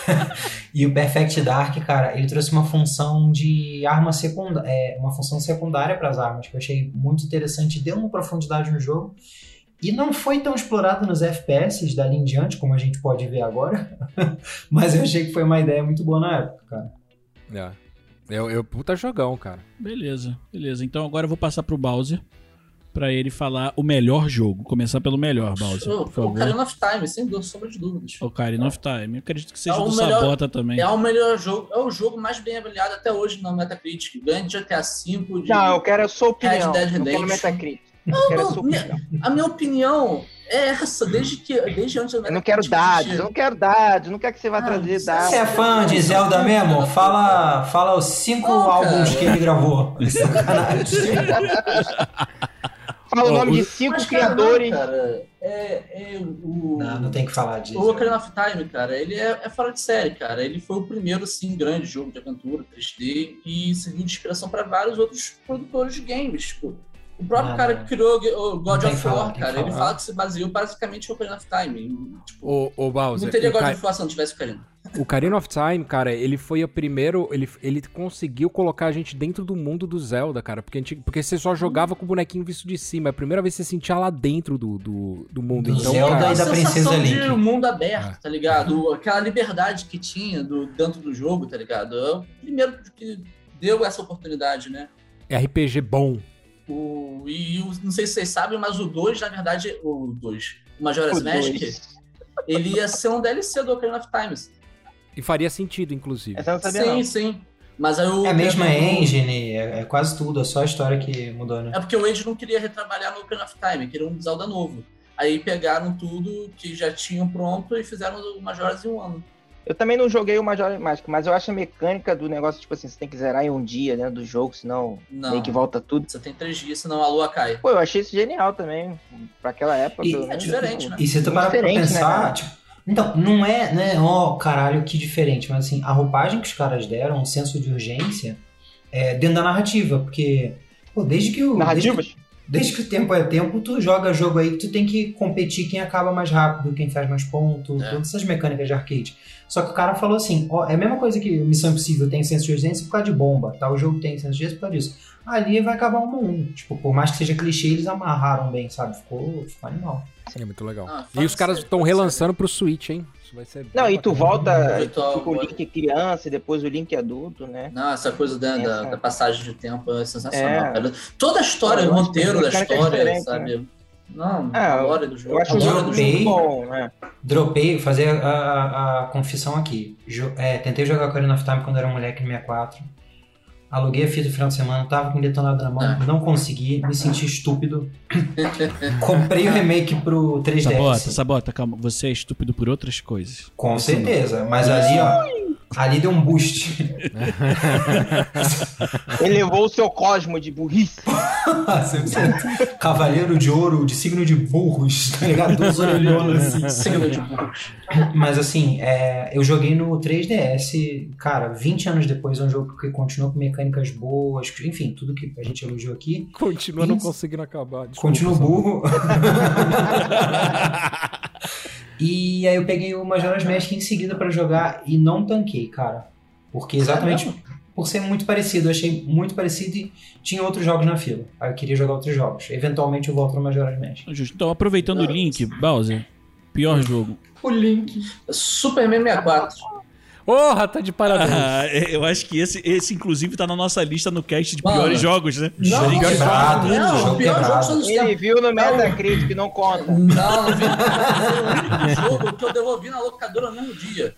E: e o Perfect Dark, cara, ele trouxe uma função de arma secundária, é, uma função secundária para as armas, que eu achei muito interessante, deu uma profundidade no jogo. E não foi tão explorado nos FPS dali em diante, como a gente pode ver agora. Mas eu achei que foi uma ideia muito boa na época, cara.
C: É. Eu, eu- puta jogão, cara.
A: Beleza, beleza. Então agora eu vou passar pro Bowser pra ele falar o melhor jogo. Começar pelo melhor, Bowser,
B: O
A: por favor.
B: Ocarina of é Time, sem dúvida, sombra de dúvidas.
A: Ocarina of Time. Eu acredito que seja
B: É o
A: do
B: melhor-
A: Sabota também.
B: É o melhor jogo, é o jogo mais bem avaliado até hoje na Metacritic. Ganha de GTA V. É De...
D: Não, eu quero a sua opinião.
B: Red Dead
D: Não quero
B: Redemption.
D: Metacritic. Eu quero a
B: não,
D: sua opinião.
B: A minha opinião é essa, desde que desde antes da
D: Eu não quero
B: Metacritic
D: dados,
B: existir.
D: eu não quero dados, eu não quero que você vá
B: Ah,
D: trazer
B: você
D: dados.
E: Você é fã de Zelda mesmo? Fala, fala os cinco
B: Não, cara.
E: álbuns que ele gravou. é
D: Fala o
A: Ó,
D: nome
A: o-
D: de cinco
B: Mas, cara,
D: criadores.
B: não, cara, é, é o.
E: Não, não tem que falar disso.
B: O Ocarina of Time, cara, ele é, é fora de série, cara. Ele foi o primeiro, sim, grande jogo de aventura 3D e serviu de inspiração para vários outros produtores de games. Tipo, o próprio
E: Ah,
B: cara
E: não.
B: que criou o God
E: Não tem
B: of
E: que falar,
B: War,
E: tem né? que
B: cara, ele
E: falar.
B: fala que se baseou basicamente no Ocarina of Time. E, Tipo,
C: O, o Bowser.
B: não teria
C: é, o
B: God
C: Ca-
B: of War se não tivesse Ocarina.
C: O Karina of Time, cara, ele foi o primeiro. Ele, ele conseguiu colocar a gente dentro do mundo do Zelda, cara. Porque, a gente- porque você só jogava com o bonequinho visto de cima. É a primeira vez que você sentia lá dentro do, do, do mundo.
E: Do
C: então,
E: Zelda
C: cara,
E: e da
B: A sensação
E: Princesa Link.
B: de mundo aberto,
C: Ah.
B: tá ligado? O- Aquela liberdade que tinha do, dentro do jogo, tá ligado? É o primeiro que deu essa oportunidade, né?
C: é RPG bom.
B: O, e o- não sei se vocês sabem, mas o 2, na verdade, o 2, o
D: O
B: Majora's Mask,
D: dois.
B: ele ia ser um DLC do Ocarina of Time.
C: E faria sentido, inclusive.
D: Essa eu não sabia,
B: Sim,
D: não.
B: sim. Mas aí o.
E: É a mesma engine, é, é quase tudo, é só a história que mudou, né?
B: É porque o Age não queria retrabalhar no Ocarina of Time, queria um Zelda novo. Aí pegaram tudo que já tinham pronto e fizeram o Majora's em um ano.
D: Eu também não joguei o Major Mask, mas eu acho a mecânica do negócio, tipo assim, você tem que zerar em um dia dentro do jogo, senão
B: Não.
D: meio que volta tudo.
B: Você tem três dias, senão a lua cai.
D: Pô, eu achei isso genial também, pra aquela época.
E: E
D: pelo
E: é
D: menos.
B: diferente, né?
E: E se tu parar pra
D: Diferente, né,
E: pensar,
D: cara?
E: tipo, então, não é, né, ó, caralho, que diferente, mas assim, a roupagem que os caras deram, um senso de urgência, é dentro da narrativa, porque, pô, desde que o. Desde,
D: Narrativas?
E: desde que o tempo é tempo, tu joga jogo aí que tu tem que competir quem acaba mais rápido, quem faz mais pontos,
B: É.
E: todas essas mecânicas de arcade. Só que o cara falou assim, ó, é a mesma coisa que Missão Impossível tem senso de urgência por causa de bomba, tá? O jogo tem senso de urgência por causa disso. Ali vai acabar um a um. Tipo, por mais que seja clichê, eles amarraram bem, sabe? Ficou, ficou animal.
C: É muito legal.
B: Ah,
C: e
B: fala
C: os caras
B: sério,
C: estão
B: fala
C: relançando pro Switch, hein? Isso vai ser.
D: Não,
C: bem
D: e tu
C: bacana.
D: volta
B: Virtual
D: fica o
B: agora.
D: link criança e depois o link adulto, né?
B: Não, essa coisa da,
D: É,
B: da,
D: cara.
B: da passagem de tempo é sensacional,
D: É.
B: cara. Toda a história,
D: Eu
B: o
D: acho
B: roteiro
D: que
B: da
D: o cara que é
B: história,
D: diferente,
B: sabe? Não,
D: É,
B: a glória do jogo.
D: Eu acho
B: a
D: o
B: glória do
D: jogo
E: Adorei.
B: jogo.
D: muito bom, né?
E: Dropei, fazer a, a- a confissão aqui. Jo- é, tentei jogar Ocarina of Time quando era um moleque no 64. Aluguei a fita no final de semana, tava com o detonado na mão,
B: Ah.
E: não consegui, me senti estúpido. Comprei o remake pro 3DS.
A: Sabota, sabota, calma. Você é estúpido por outras coisas.
E: Com certeza, mas ali, ó, ali deu um boost.
D: Ele levou o seu cosmo de burrice.
E: 100%. Cavaleiro de ouro, de signo de burros, tá ligado? Duas orelhonas assim.
B: Signo de burro.
E: Mas assim, é, eu joguei no 3DS, cara, 20 anos depois é um jogo que continua com mecânicas boas, enfim, tudo que a gente elogiou aqui.
C: Continua não
E: Isso.
C: conseguindo acabar. Desculpa,
E: Continua
C: Samu.
E: burro. e aí eu peguei o Majora's Mask em seguida pra jogar e não tanquei, cara. Porque exatamente por ser muito parecido, eu achei muito parecido e tinha outros jogos na fila. Aí eu queria jogar outros jogos. Eventualmente eu volto no Majora's Mask.
A: Justo. Então, aproveitando o link, Bowser, pior jogo.
E: O Link.
B: Superman 64.
C: Porra, tá de parabéns.
A: Ah, eu acho que esse, esse, inclusive, tá na nossa lista no cast de
B: Mano.
A: piores jogos, né?
E: Jogo
B: Não,
E: quebrado.
B: não,
E: jogo
B: o pior jogo de
E: quebrado.
B: todos os
D: Ele
B: tempos.
D: viu no Metacritic, não conta.
B: Não, não vi. Foi o único jogo que eu devolvi na locadora no mesmo dia.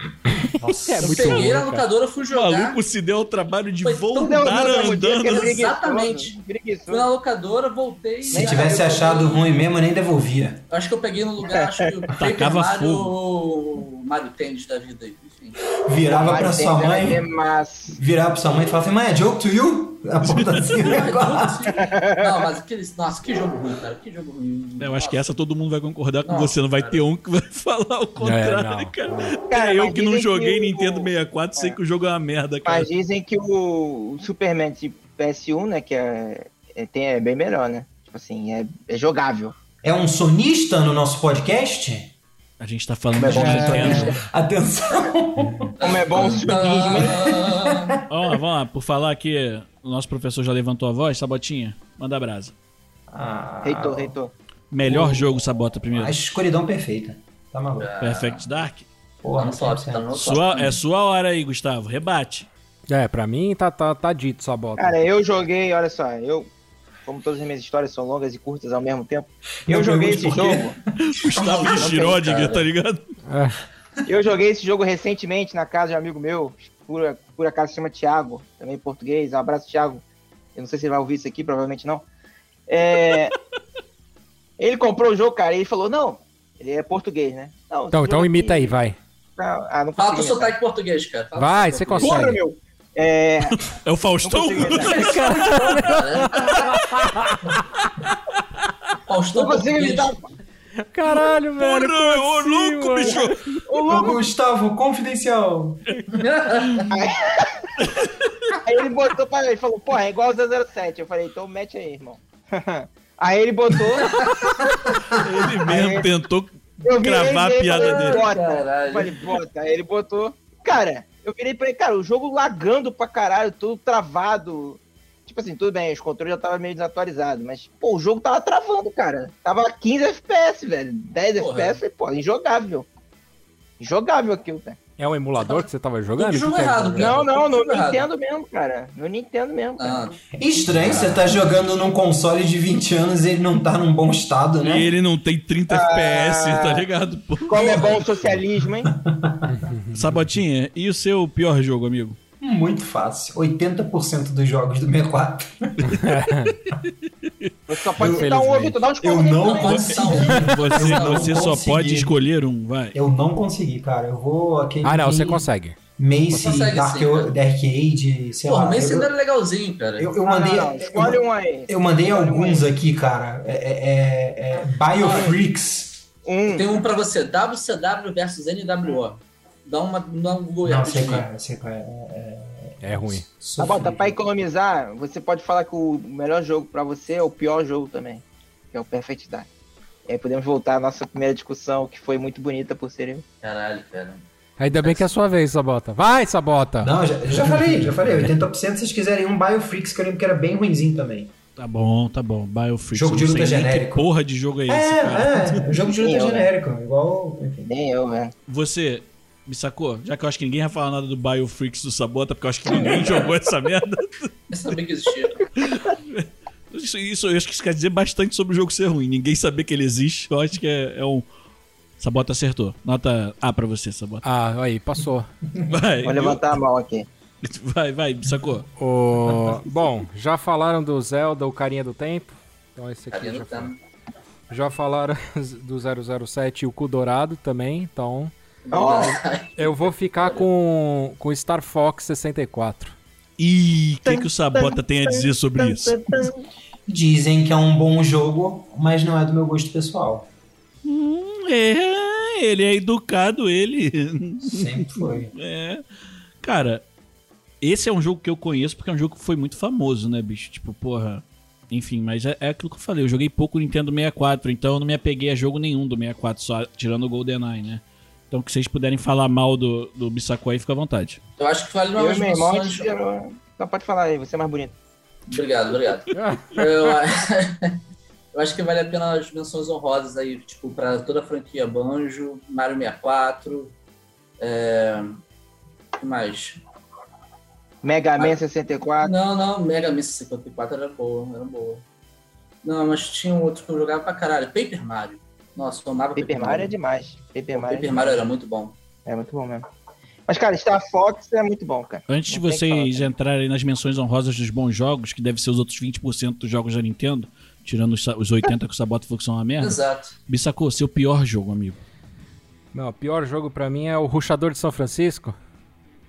C: Nossa, é
E: Tá
B: eu
C: muito
E: né,
B: peguei na
C: bom. cara.
B: locadora, fui
A: O
B: jogar.
A: maluco se deu o trabalho de
B: Foi tão
D: Não, não,
A: voltar
D: não, não,
A: andando.
D: não, preguiçoso,
B: exatamente. Fui
D: Preguiçoso.
B: na locadora, voltei.
E: Se tivesse
B: eu-
E: achado ruim mesmo, eu nem devolvia.
B: Acho que eu peguei no lugar, acho que o Paper
A: Tacava
B: Mario
A: fogo.
B: ou o Mario Tennis da vida aí. Enfim.
E: Virava pra
D: Mas
E: sua
D: tem-
E: mãe.
D: é massa.
E: virar pra sua mãe e falar assim, mãe, é joke to you? Aponta assim o negócio.
B: Não, mas aquele. Nossa, que jogo ruim, cara. Que jogo ruim.
A: Eu acho que é essa todo mundo vai concordar com
B: Nossa,
A: você. Não vai
B: cara.
A: ter um que vai falar o contrário,
C: não,
A: cara.
D: Cara,
A: Até eu
D: mas
A: que não
D: dizem
A: joguei
D: o-
A: Nintendo 64, sei que o jogo é uma merda, cara.
D: Mas dizem que o o Superman de PS1, né, que é, é, tem, é bem melhor, né? Tipo assim, é, é jogável.
E: É um sonista no nosso podcast?
A: A gente tá falando
D: Mas
A: de
D: bom,
A: Nintendo.
E: Atenção!
D: Como é bom o
B: Ah,
D: Superman, né?
A: Ó, vamos lá, por falar aqui, o nosso professor já levantou a voz, Sabotinha, manda brasa.
E: Ah,
D: Reitor, reitor.
A: Melhor jogo, Sabota, primeiro.
E: A escuridão perfeita. Tá maluco?
A: Perfect Dark.
E: Porra,
B: Tá no
E: não
B: top,
E: sabe.
B: tá no
A: Sua,
B: top.
A: é sua hora aí, Gustavo, rebate.
C: É, pra mim tá, tá, tá dito, sabota.
D: Cara, eu joguei, olha só, eu. Como todas as minhas histórias são longas e curtas ao mesmo tempo, eu,
E: Eu
D: joguei esse
E: pergunto por quê.
D: jogo.
A: Gustavo de Schrödinger, tá ligado?
D: Eu joguei esse jogo recentemente na casa de um amigo meu, por, por acaso se chama Thiago, também em português. Um abraço, Thiago. Eu não sei se ele vai ouvir isso aqui, provavelmente não. É, ele comprou o jogo, cara, e ele falou: não, ele é português, né? Não,
C: Então,
D: esse
C: então
D: jogo
C: imita
D: aqui-
C: aí, vai.
D: Não, ah, não
B: Fala com
D: consigo imitar.
B: sotaque português, cara. Então, Fala
C: Vai,
B: com
C: você
B: português.
C: consegue.
D: Porra, meu! É,
A: É o
D: não
A: Faustão?
D: consigo imitar.
B: Faustão
D: Não consigo
B: português.
D: imitar.
C: Caralho,
A: Porra,
C: velho. assim,
A: ô louco, bicho!
D: Ô,
E: Ô,
D: louco!
E: Gustavo, confidencial.
D: Aí ele botou pra mim, ele falou, porra, é igual ao 007. Eu falei, então mete aí, irmão. Aí ele botou,
A: Ele mesmo tentou
D: eu virei
A: gravar a
D: e ele
A: piada
D: falou,
A: dele.
D: Bota. Eu
B: Caralho.
D: falei, bota. Aí ele botou. Cara, eu virei pra ele, cara, o jogo lagando pra caralho, tudo travado. Tipo assim, tudo bem, os controles já tava meio desatualizado, mas, pô, o jogo tava travando, cara. Tava 15 FPS, velho. 10
B: Porra.
D: FPS, falei, pô, injogável. Injogável aquilo, cara.
C: É um emulador que você tava jogando?
B: Tudo jogo
C: Que que é
B: errado,
C: isso?
B: cara.
D: Não, não, no
B: tudo errado.
D: Nintendo mesmo, cara. No Nintendo mesmo, cara.
B: Ah,
E: Estranho, você tá jogando num console de 20 anos e ele não tá num bom estado,
A: E
E: né?
A: ele não tem 30 FPS, tá ligado? Pô.
D: Como é bom o socialismo, hein?
A: Sabotinha, e o seu pior jogo, amigo?
E: Muito fácil. 80% dos jogos do 64.
D: Você só pode citar um
C: Infelizmente.
D: ovo, tu dá uns
E: Eu não
D: também.
E: consegui.
A: Você,
E: Eu não
A: você só
E: consegui.
A: pode escolher um, vai.
E: Eu não consegui, cara. Eu vou aquele.
C: Ah, não,
E: que-
C: você consegue.
E: Mace,
B: Consegue
E: Dark,
B: sim, cara.
E: Dark Age, sei
B: Porra,
E: lá.
B: o Mace
E: eu,
B: ainda era legalzinho, cara.
E: eu, eu
D: Não,
E: mandei,
D: não, não, Escolhe um aí.
E: eu mandei
D: Escolhe um
E: alguns aqui, cara. É, é- é- é Biofreaks.
D: Um.
B: Tem um pra você, WCW versus NWO. Dá uma, dá um Google
E: Não,
B: aí.
E: sei qual é, sei qual é. é,
C: É ruim.
D: Tá bom, tá
E: sofrível.
D: pra economizar, você pode falar que o melhor jogo pra você é o pior jogo também, que é o Perfect Dark. E aí podemos voltar à nossa primeira discussão, que foi muito bonita por ser eu.
B: Caralho, cara.
C: Ainda bem que é a sua vez, Sabota. Vai, Sabota!
E: Não, já, já falei, já falei. 80% se vocês quiserem um Biofreaks, que eu lembro que era bem ruinzinho também.
A: Tá bom, tá bom. Biofreak.
E: Jogo de
A: não
E: luta
A: sei nem
E: genérico.
A: Que porra de jogo é esse, cara?
E: É, é, o jogo de luta
D: Eu, né?
E: genérico, igual. Enfim.
D: Nem eu, né? velho.
A: Você me sacou? Já que eu acho que ninguém vai falar nada do Biofreaks do Sabota, porque eu acho que ninguém jogou essa merda.
B: Eu sabia que existia.
A: Isso, isso eu acho que isso quer dizer bastante sobre o jogo ser ruim. Ninguém saber que ele existe. Eu acho que é, é um. Sabota acertou. Nota A pra você, Sabota.
C: Ah, aí, passou.
A: Vai,
D: Vou levantar a mão aqui.
A: vai, vai, me sacou?
C: Ô, bom, já falaram do Zelda, o Carinha do Tempo. Então esse aqui
B: Carinha
C: já,
B: do tempo.
C: já falaram do 007 e o Cu Dourado também. Então eu vou ficar com, com Star Fox 64.
A: Ih, o que, que o Sabota tem a dizer sobre isso?
E: Dizem que é um bom jogo, mas não é do meu gosto pessoal.
A: Hum, é, ele é educado, ele.
E: Sempre foi.
A: É. Cara, esse é um jogo que eu conheço porque é um jogo que foi muito famoso, né, bicho? Tipo, porra. Enfim, mas é, é aquilo que eu falei. Eu joguei pouco Nintendo 64, então eu não me apeguei a jogo nenhum do 64, só tirando o GoldenEye, né? Então, que vocês puderem falar mal do, do Bissaco aí, fica à vontade.
B: Eu acho que vale uma
D: Eu e meu irmão, a
B: menção.
D: gente gerou- Não, pode falar aí, você é mais bonito.
B: Obrigado, obrigado. Eu, eu acho que vale a pena as menções honrosas aí, tipo, pra toda a franquia Banjo, Mario 64, é... o que mais?
D: Mega Man 64.
B: Não, não, Mega Man 64 era boa, era boa. Não, mas tinha um outro que eu jogava pra caralho, Paper Mario. Nossa, eu amava
D: Paper Mario é demais. Paper Mario,
B: Paper Mario era muito bom.
D: é muito bom mesmo. Mas, cara, Star Fox é muito bom, cara.
A: Antes de
D: Não tem né? que falar,
A: vocês entrarem nas menções honrosas dos bons jogos, que deve ser os outros 20% dos jogos da Nintendo, tirando os, sa- os 80 que o Sabota falou que são uma
C: É.
A: merda,
B: Exato.
A: Bissacô, seu pior jogo, amigo.
C: Não, o pior jogo pra mim é o Ruxador de São Francisco.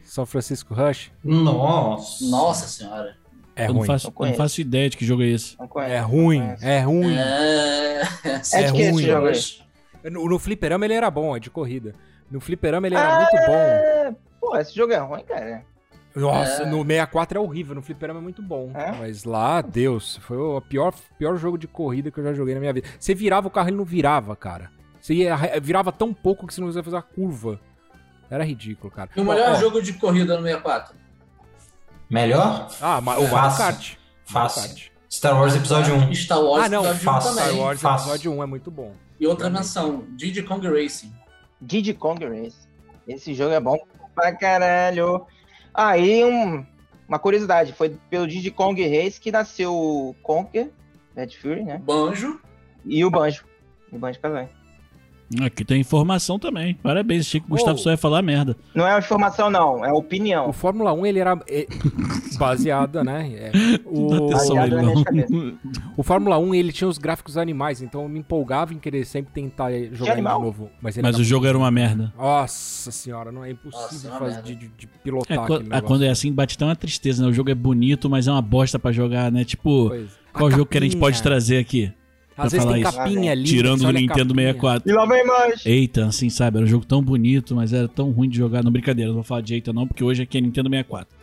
C: São Francisco Rush.
E: Nossa.
B: Nossa senhora.
C: É
A: eu não
C: ruim.
A: faço,
D: Eu
A: eu não
D: conheço.
A: faço ideia de que jogo é esse.
D: Não conhece,
C: É
D: não
C: ruim,
D: conhece.
C: é ruim.
B: É,
D: É de que
C: ruim,
D: esse jogo aí? é.
C: No, no fliperama ele era bom, é de corrida. No fliperama ele era
D: Ah,
C: muito bom.
D: Pô, esse jogo é ruim, cara.
C: Nossa,
B: É.
C: no 64 é horrível, no fliperama é muito bom.
D: É?
C: Mas lá, Deus, foi o pior, pior jogo de corrida que eu já joguei na minha vida. Você virava o carro, ele não virava, cara. Você ia- virava tão pouco que você não conseguia fazer a curva. Era ridículo, cara.
B: E o
C: Ó,
B: melhor
C: ó,
B: jogo de corrida no 64?
E: Melhor?
C: Ah, ma- o Mario
E: É Fácil.
C: Kart.
E: Fácil.
C: Mario Kart.
E: Star Wars Episódio 1.
B: Star Wars
C: Ah, não,
B: Episódio
E: faço
B: 1
C: Star
B: também.
C: Wars
E: fácil.
C: Episódio 1 é muito bom.
B: E outra menção, Diddy Kong Racing.
D: Diddy Kong Race. Esse jogo é bom pra caralho. Aí, um- uma curiosidade. Foi pelo Diddy Kong Race que nasceu o Conker, Bad Fury, né?
B: Banjo.
D: E o Banjo. E o Banjo Kazooie.
A: Aqui tem informação também. Parabéns, achei que o
C: Uou.
A: Gustavo só ia falar merda.
D: Não é informação, não. É opinião.
C: O Fórmula 1, ele era é, baseado, né? É, o,
A: Dá atenção,
D: Baseado
A: ele
D: na
A: não.
D: minha
C: o Fórmula 1, ele tinha os gráficos animais, então eu me empolgava em querer sempre tentar jogar ele de
D: animal?
C: novo. Mas, ele
A: Mas
C: era
A: o jogo era uma merda.
C: Nossa senhora, não é impossível
B: Nossa, é uma
C: fazer
B: merda.
C: de, de- de
A: É,
C: pilotar
A: quan-
C: aquele
A: ah,
C: negócio.
A: quando é assim, bate tão uma tristeza, né? O jogo é bonito, mas é uma bosta pra jogar, né? Tipo,
C: Coisa.
A: qual jogo que a gente
C: capinha.
A: pode trazer aqui? pra
C: Às vezes
A: falar
C: tem
A: isso?
C: capinha ali.
A: Tirando
C: você
A: o
C: olha a
A: Nintendo
C: capinha.
A: 64.
D: E lá vem
C: É
D: mais.
A: Eita, assim, sabe? Era um jogo tão bonito, mas era tão ruim de jogar. Não, brincadeira, não vou falar de Eita não, porque hoje aqui é Nintendo 64.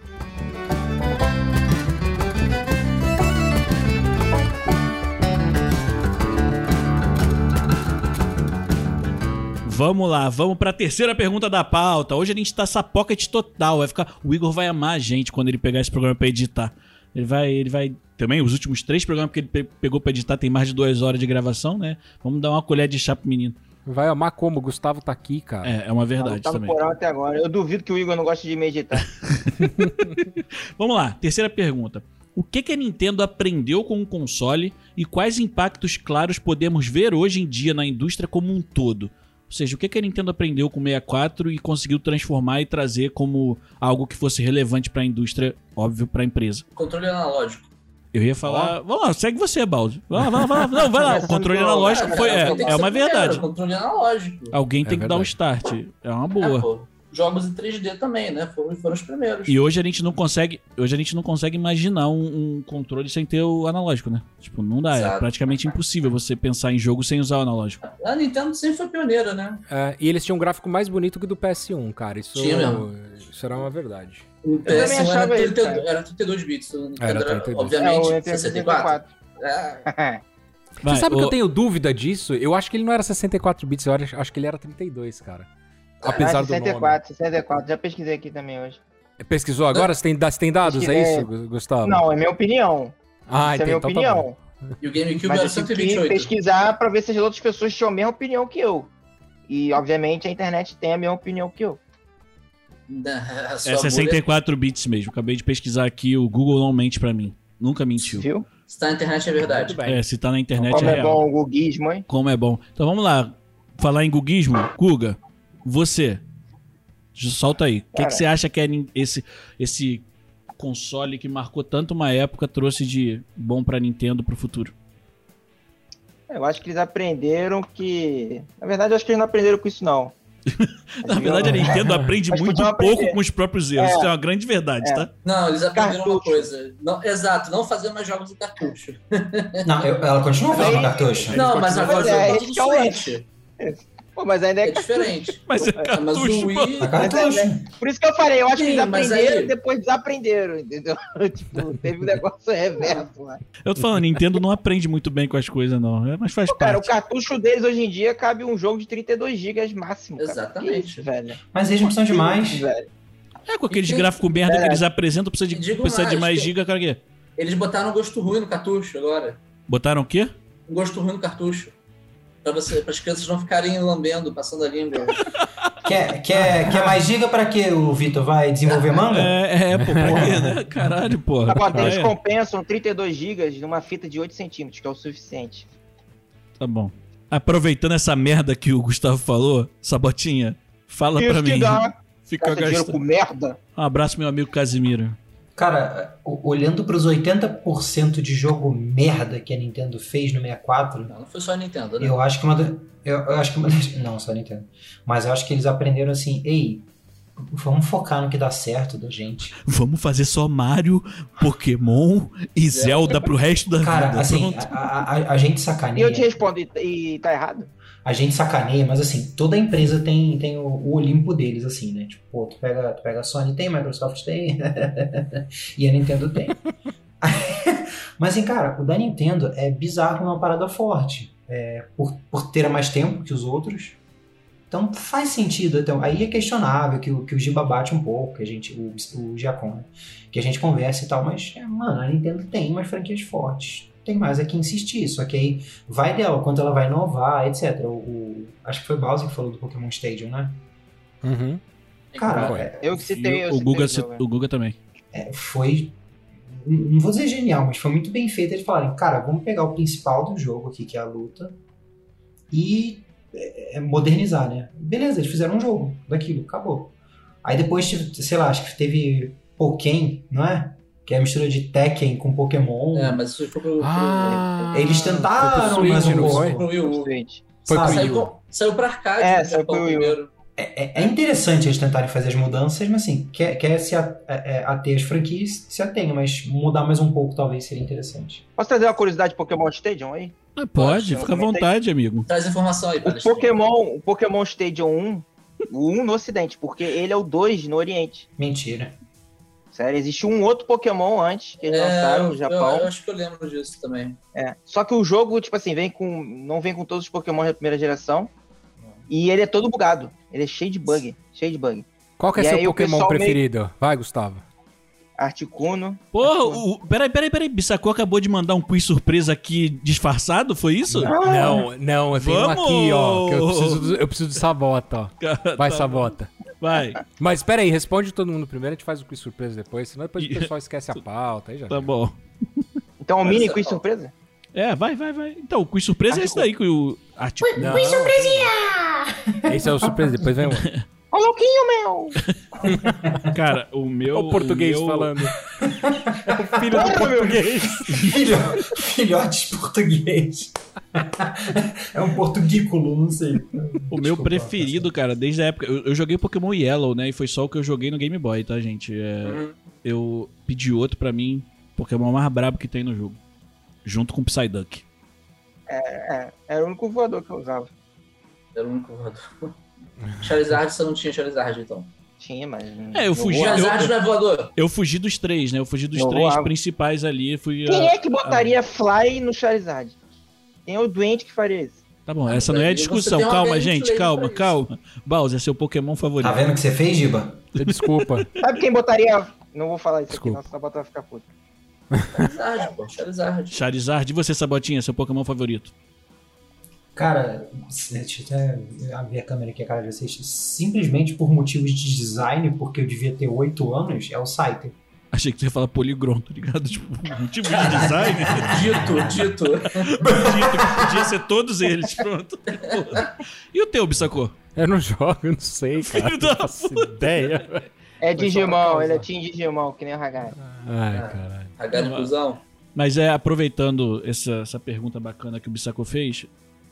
A: Vamos lá, vamos pra terceira pergunta da pauta. Hoje a gente tá sapocket total. Vai ficar, o Igor vai amar a gente quando ele pegar esse programa pra editar. Ele vai, ele vai também os últimos três programas que ele pe- pegou pra editar tem mais de duas horas de gravação, né? Vamos dar uma colher de chá pro menino.
C: Vai amar como? O Gustavo tá aqui, cara.
A: É, é uma verdade
D: tá no
A: também.
D: porão até agora. Eu duvido que o Igor não goste de meditar.
A: Vamos lá, terceira pergunta. O que, que a Nintendo aprendeu com o console e quais impactos claros podemos ver hoje em dia na indústria como um todo? Ou seja, o que, que a Nintendo aprendeu com o 64 e conseguiu transformar e trazer como algo que fosse relevante pra indústria, óbvio, pra empresa?
B: Controle analógico.
A: Eu ia falar. Vamos lá, segue você, Baldi. Vai lá, vai lá, vai lá. Não, vai lá. O controle analógico foi. É,
B: né? Tem que
A: é
B: ser
A: uma
B: primeiro,
A: verdade.
B: Controle analógico.
A: Alguém tem
C: É
A: que dar o
C: verdade.
A: start. É uma
B: É,
A: boa.
B: pô. Jogos em 3D também, né? Foram, foram os primeiros.
A: E hoje a gente não consegue, hoje a gente não consegue imaginar um, um controle sem ter o analógico, né? Tipo, não dá, é
B: Exato.
A: praticamente impossível você pensar em jogo sem usar o analógico.
B: A Nintendo sempre foi pioneira, né?
C: É, e eles tinham um gráfico mais bonito que o do PS1, cara. Isso,
B: Tinha mesmo.
C: isso era uma verdade.
B: O PS1 era,
D: achava isso,
B: 30
D: cara.
B: era 32 bits. o Nintendo
C: Era
B: era,
C: 32.
D: É, o
B: obviamente,
D: Nintendo
B: 64.
D: 64.
B: É,
A: Vai,
C: Você sabe que
A: ô,
C: eu tenho dúvida disso? Eu acho que ele não era 64 bits, eu acho acho que ele era 32, cara. Apesar
D: Ah,
C: do nome. né?
D: 64, 64. Já pesquisei aqui também hoje.
C: Pesquisou agora? Você tem, você tem dados?
D: Acho que
C: É isso,
D: é-
C: Gu- Gustavo?
D: Não, é minha opinião.
C: Ah,
D: Essa é a
C: entendi.
D: minha
C: Então tá bom.
D: opinião.
B: E o GameCube
D: Mas
B: era
D: eu tive que
B: 128.
D: pesquisar pra ver se as outras pessoas tinham a mesma opinião que eu. E, obviamente, a internet tem a mesma opinião que eu.
B: Da- Né, a sua
A: É
B: bolha
A: 64 bits mesmo. Acabei de pesquisar aqui, o Google não mente pra mim. Nunca mentiu.
D: Viu?
B: Está na internet é verdade.
C: Muito bem.
A: É, se tá na internet
D: Como
A: é
D: é
A: real.
D: bom o guguismo, hein?
A: Como é bom. Então vamos lá. Falar em guguismo, Guga, você. Solta aí. O que,
D: Cara.
A: que você acha que é nin- esse, esse console que marcou tanto uma época trouxe de bom pra Nintendo pro futuro?
D: Eu acho que eles aprenderam que... Na verdade, eu acho que eles não aprenderam com isso, não.
A: Na verdade, a Nintendo aprende
D: Mas
A: muito
D: podiam
A: pouco
D: aprender.
A: com os próprios erros.
D: É.
A: Isso é uma grande verdade, tá?
B: Não, eles aprenderam uma
D: Cartucho.
B: coisa. Não- exato, não fazer mais jogos de cartucho.
E: Não, eu- ela continua jogando cartucho.
B: Não, mas agora
D: Mas é,
B: jogou
D: esse
B: tudo
D: que é o
B: Switch.
D: Pô, mas ainda é...
B: É diferente.
A: Mas é
B: Ah, Mas
A: cartucho.
B: o
A: pô.
B: Wii.
E: É cartucho.
D: Por isso que eu falei, eu acho que
B: Sim,
D: eles
B: mas
D: aprenderam
B: aí-
D: e depois desaprenderam, entendeu? tipo, teve um negócio reverso né? lá.
A: Eu tô falando, Nintendo não aprende muito bem com as coisas, não. É, Mas faz
D: Pô, cara, o
A: parte.
D: cartucho deles hoje em dia cabe um jogo de 32 GB máximo. cara.
B: Exatamente.
D: Que isso, velho.
E: Mas eles não são
D: Que
E: demais.
D: isso, velho.
A: É com aqueles
B: E tem-
A: gráficos merda que
D: É.
A: eles apresentam, precisa de,
B: E digo
A: precisa de
B: mais,
A: mais
B: tem-
A: giga, cara, o quê?
B: Eles botaram um gosto ruim no cartucho agora.
A: Botaram o quê?
B: Um gosto ruim no cartucho. Pra você, as crianças não ficarem lambendo, passando a língua.
E: Quer, quer, quer mais giga pra quê? O Vitor vai desenvolver manga?
A: É, é, pô, pra quê, né? Caralho, pô.
D: Agora,
A: Ah,
D: eles
A: é?
D: compensam 32 GB numa fita de 8 centímetros, que é o suficiente.
A: Tá bom. Aproveitando essa merda que o Gustavo falou, Sabotinha, fala pra mim. Fica
D: Gasta dinheiro
A: gastando.
D: com merda.
A: Um abraço, meu amigo Casimiro.
E: Cara, o- olhando pros 80% de jogo merda que a Nintendo fez no 64,
B: Não, não foi só a Nintendo, né?
E: Eu acho que uma das. Eu, eu acho que uma das. Não, só Nintendo. Mas eu acho que eles aprenderam assim, ei, vamos focar no que dá certo da gente.
A: Vamos fazer só Mario, Pokémon e Zelda pro resto da
E: Cara,
A: vida.
E: assim,
A: Tá Pronto.
E: a, a- a- a gente
D: E eu te
E: sacaneia.
D: respondo, e, e tá errado?
E: A gente sacaneia, mas assim, toda empresa tem, tem o, o Olimpo deles, assim, né? Tipo, pô, tu pega, tu pega a Sony tem, Microsoft tem, e a Nintendo tem. mas assim, cara, o da Nintendo é bizarro uma parada forte. É, por, por ter mais tempo que os outros. Então faz sentido. Então, aí é questionável que, o- que o Giba bate um pouco, que a gente, o, o Giacom, né? Que a gente conversa e tal, mas, é, mano, a Nintendo tem umas franquias fortes. Tem mais é que insistir, só que aí vai dela, quanto ela vai inovar, etc. O, o- acho que foi o Bowser que falou do Pokémon Stadium, né?
C: Uhum.
E: Cara,
C: Foi.
E: é-
D: Eu que citei. eu
A: o, Guga,
D: citei
A: se-
D: jogo,
A: o Guga também.
E: é, foi. Não vou dizer genial, mas foi muito bem feito eles falarem, cara, vamos pegar o principal do jogo aqui, que é a luta, e é, é, modernizar, né? Beleza, eles fizeram um jogo daquilo, acabou. Aí depois, tive- sei lá, acho que teve Pokém, não é? Que é a mistura de Tekken com Pokémon.
B: É, mas isso foi pro, pro,
D: Ah.
E: Eles
C: Ah, foi
E: tentaram
C: pro Switch,
E: mais um
C: não
E: pouco.
C: foi?
B: pro Wii
D: eu
B: U.
D: citei.
C: Foi
E: sabe?
C: pro
B: saiu,
C: Wii U.
B: com- saiu pra arcade.
D: É,
B: no
D: saiu
B: Japão
D: pro Wii U.
B: primeiro.
E: É, é interessante eles tentarem fazer as mudanças, mas assim, quer, quer se a- é, é, ater as franquias, se atenha, mas mudar mais um pouco talvez seria interessante.
D: Posso trazer uma curiosidade de Pokémon Stadium aí?
A: Ah,
B: Pode,
A: pode, fica à
D: comentei.
A: vontade, amigo.
B: Traz informação aí,
D: O
B: Palestina.
D: Pokémon, o Pokémon Stadium 1, o 1 no ocidente, porque ele é o 2 no oriente.
E: Mentira.
D: Sério, existe um outro Pokémon antes que eles
B: É,
D: lançaram
B: eu,
D: no Japão.
B: eu acho que eu lembro disso também.
D: É. Só que o jogo, tipo assim, vem com. não vem com todos os Pokémon da primeira geração. E ele é todo bugado. Ele é cheio de bug. Cheio de bug.
C: Qual que é
D: E
C: seu
D: aí o
C: Pokémon
D: pessoal
C: preferido? Vai, Gustavo.
D: Articuno.
A: Porra, o, peraí, peraí, peraí. Bissacô acabou de mandar um quiz surpresa aqui disfarçado, foi isso?
C: Não, não, eu tenho um
A: Vamos!
C: aqui, ó. Que eu preciso, do- eu preciso de sabota, ó. Vai,
A: Tá
C: sabota.
A: Vai,
C: Mas pera aí, responde todo mundo primeiro, a gente faz o quiz surpresa depois, senão depois o pessoal esquece a pauta. Aí já...
A: tá bom.
D: Então, o
B: Olha
D: mini
B: só.
D: quiz surpresa?
A: É, vai, vai, vai. Então, o quiz surpresa é esse daí que o. tipo, Artigo...
C: Não. Quiz surpresinha! Esse é o surpresa, depois vem o,
D: Ô, louquinho, meu!
A: Cara, o meu.
C: o português
A: meu-
C: falando. o filho do português.
E: Filho, filhote de português. é um portuguículo, não sei.
A: O meu
E: Desculpa, tá
C: tá
A: preferido, cara, desde a época. Eu, eu joguei Pokémon Yellow, né? E foi só o que eu joguei no Game Boy, tá, gente? É,
C: Uhum.
A: Eu pedi outro pra mim, Pokémon mais brabo que tem no jogo. Junto com o Psyduck.
D: É, era o único voador que eu usava.
B: Era o único voador. Charizard, você não tinha Charizard, então.
D: Tinha, mas.
A: É, eu
D: não
A: fugi-
D: voava.
B: Charizard não é voador.
A: Eu fugi dos três, né? Eu fugi dos
D: Eu
A: três
D: voava.
A: principais ali. Fui.
D: Quem
A: ah,
D: é que botaria Fly no Charizard? Quem é o doente que faria isso?
A: Tá bom, essa não é a
B: Você
A: discussão.
B: tem uma
A: Calma,
B: grande
A: gente,
B: lei
A: calma,
B: pra isso.
A: calma. Bowser, é seu Pokémon favorito.
E: Tá vendo o que você fez, Giba?
C: É, Desculpa.
D: Sabe quem botaria. Não vou falar isso aqui,
C: Desculpa.
D: não, senão a bota vai ficar puta.
B: Charizard, pô, Charizard.
A: Charizard, e você, Sabotinha, seu Pokémon favorito?
E: Cara, deixa eu até abrir a câmera aqui a cara de vocês. Simplesmente por motivos de design, porque eu devia ter 8 anos, é o Scyther.
A: Achei que você ia falar Poligron, tá ligado? Tipo, um tipo de design
B: Dito, dito.
A: dito que podia ser todos eles, pronto. Porra. E o teu, Bissacô?
C: Eu não jogo, eu não sei, cara.
A: Filho da
C: não faço ideia. velho.
D: É
E: pra
D: Digimon,
E: causar.
D: ele é Team Digimon, que nem o Hagai.
A: Ah.
C: Ai, caralho.
B: H de cuzão.
A: Mas é, aproveitando essa, essa pergunta bacana que o Bissacô fez,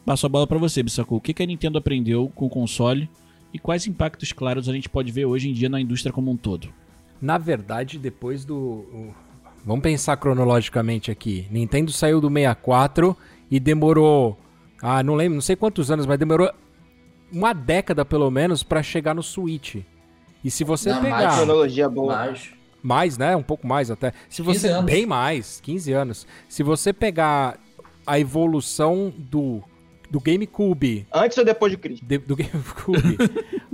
A: passo a bola pra você, Bissacô. O que, que a Nintendo aprendeu com o console e quais impactos claros a gente pode ver hoje em dia na indústria como um todo?
C: Na verdade, depois do. o- Vamos pensar cronologicamente aqui. Nintendo saiu do 64 e demorou. Ah, não lembro, não sei quantos anos, mas demorou uma década pelo menos pra chegar no Switch. E se você
B: Não,
C: pegar.
B: mais,
D: Tecnologia boa.
B: Mas,
C: Mais, né? Um pouco mais até. Se
B: 15
C: você
B: anos.
C: bem mais, 15 anos. Se você pegar a evolução do do GameCube,
D: Antes ou depois de Cristo?
C: de- do GameCube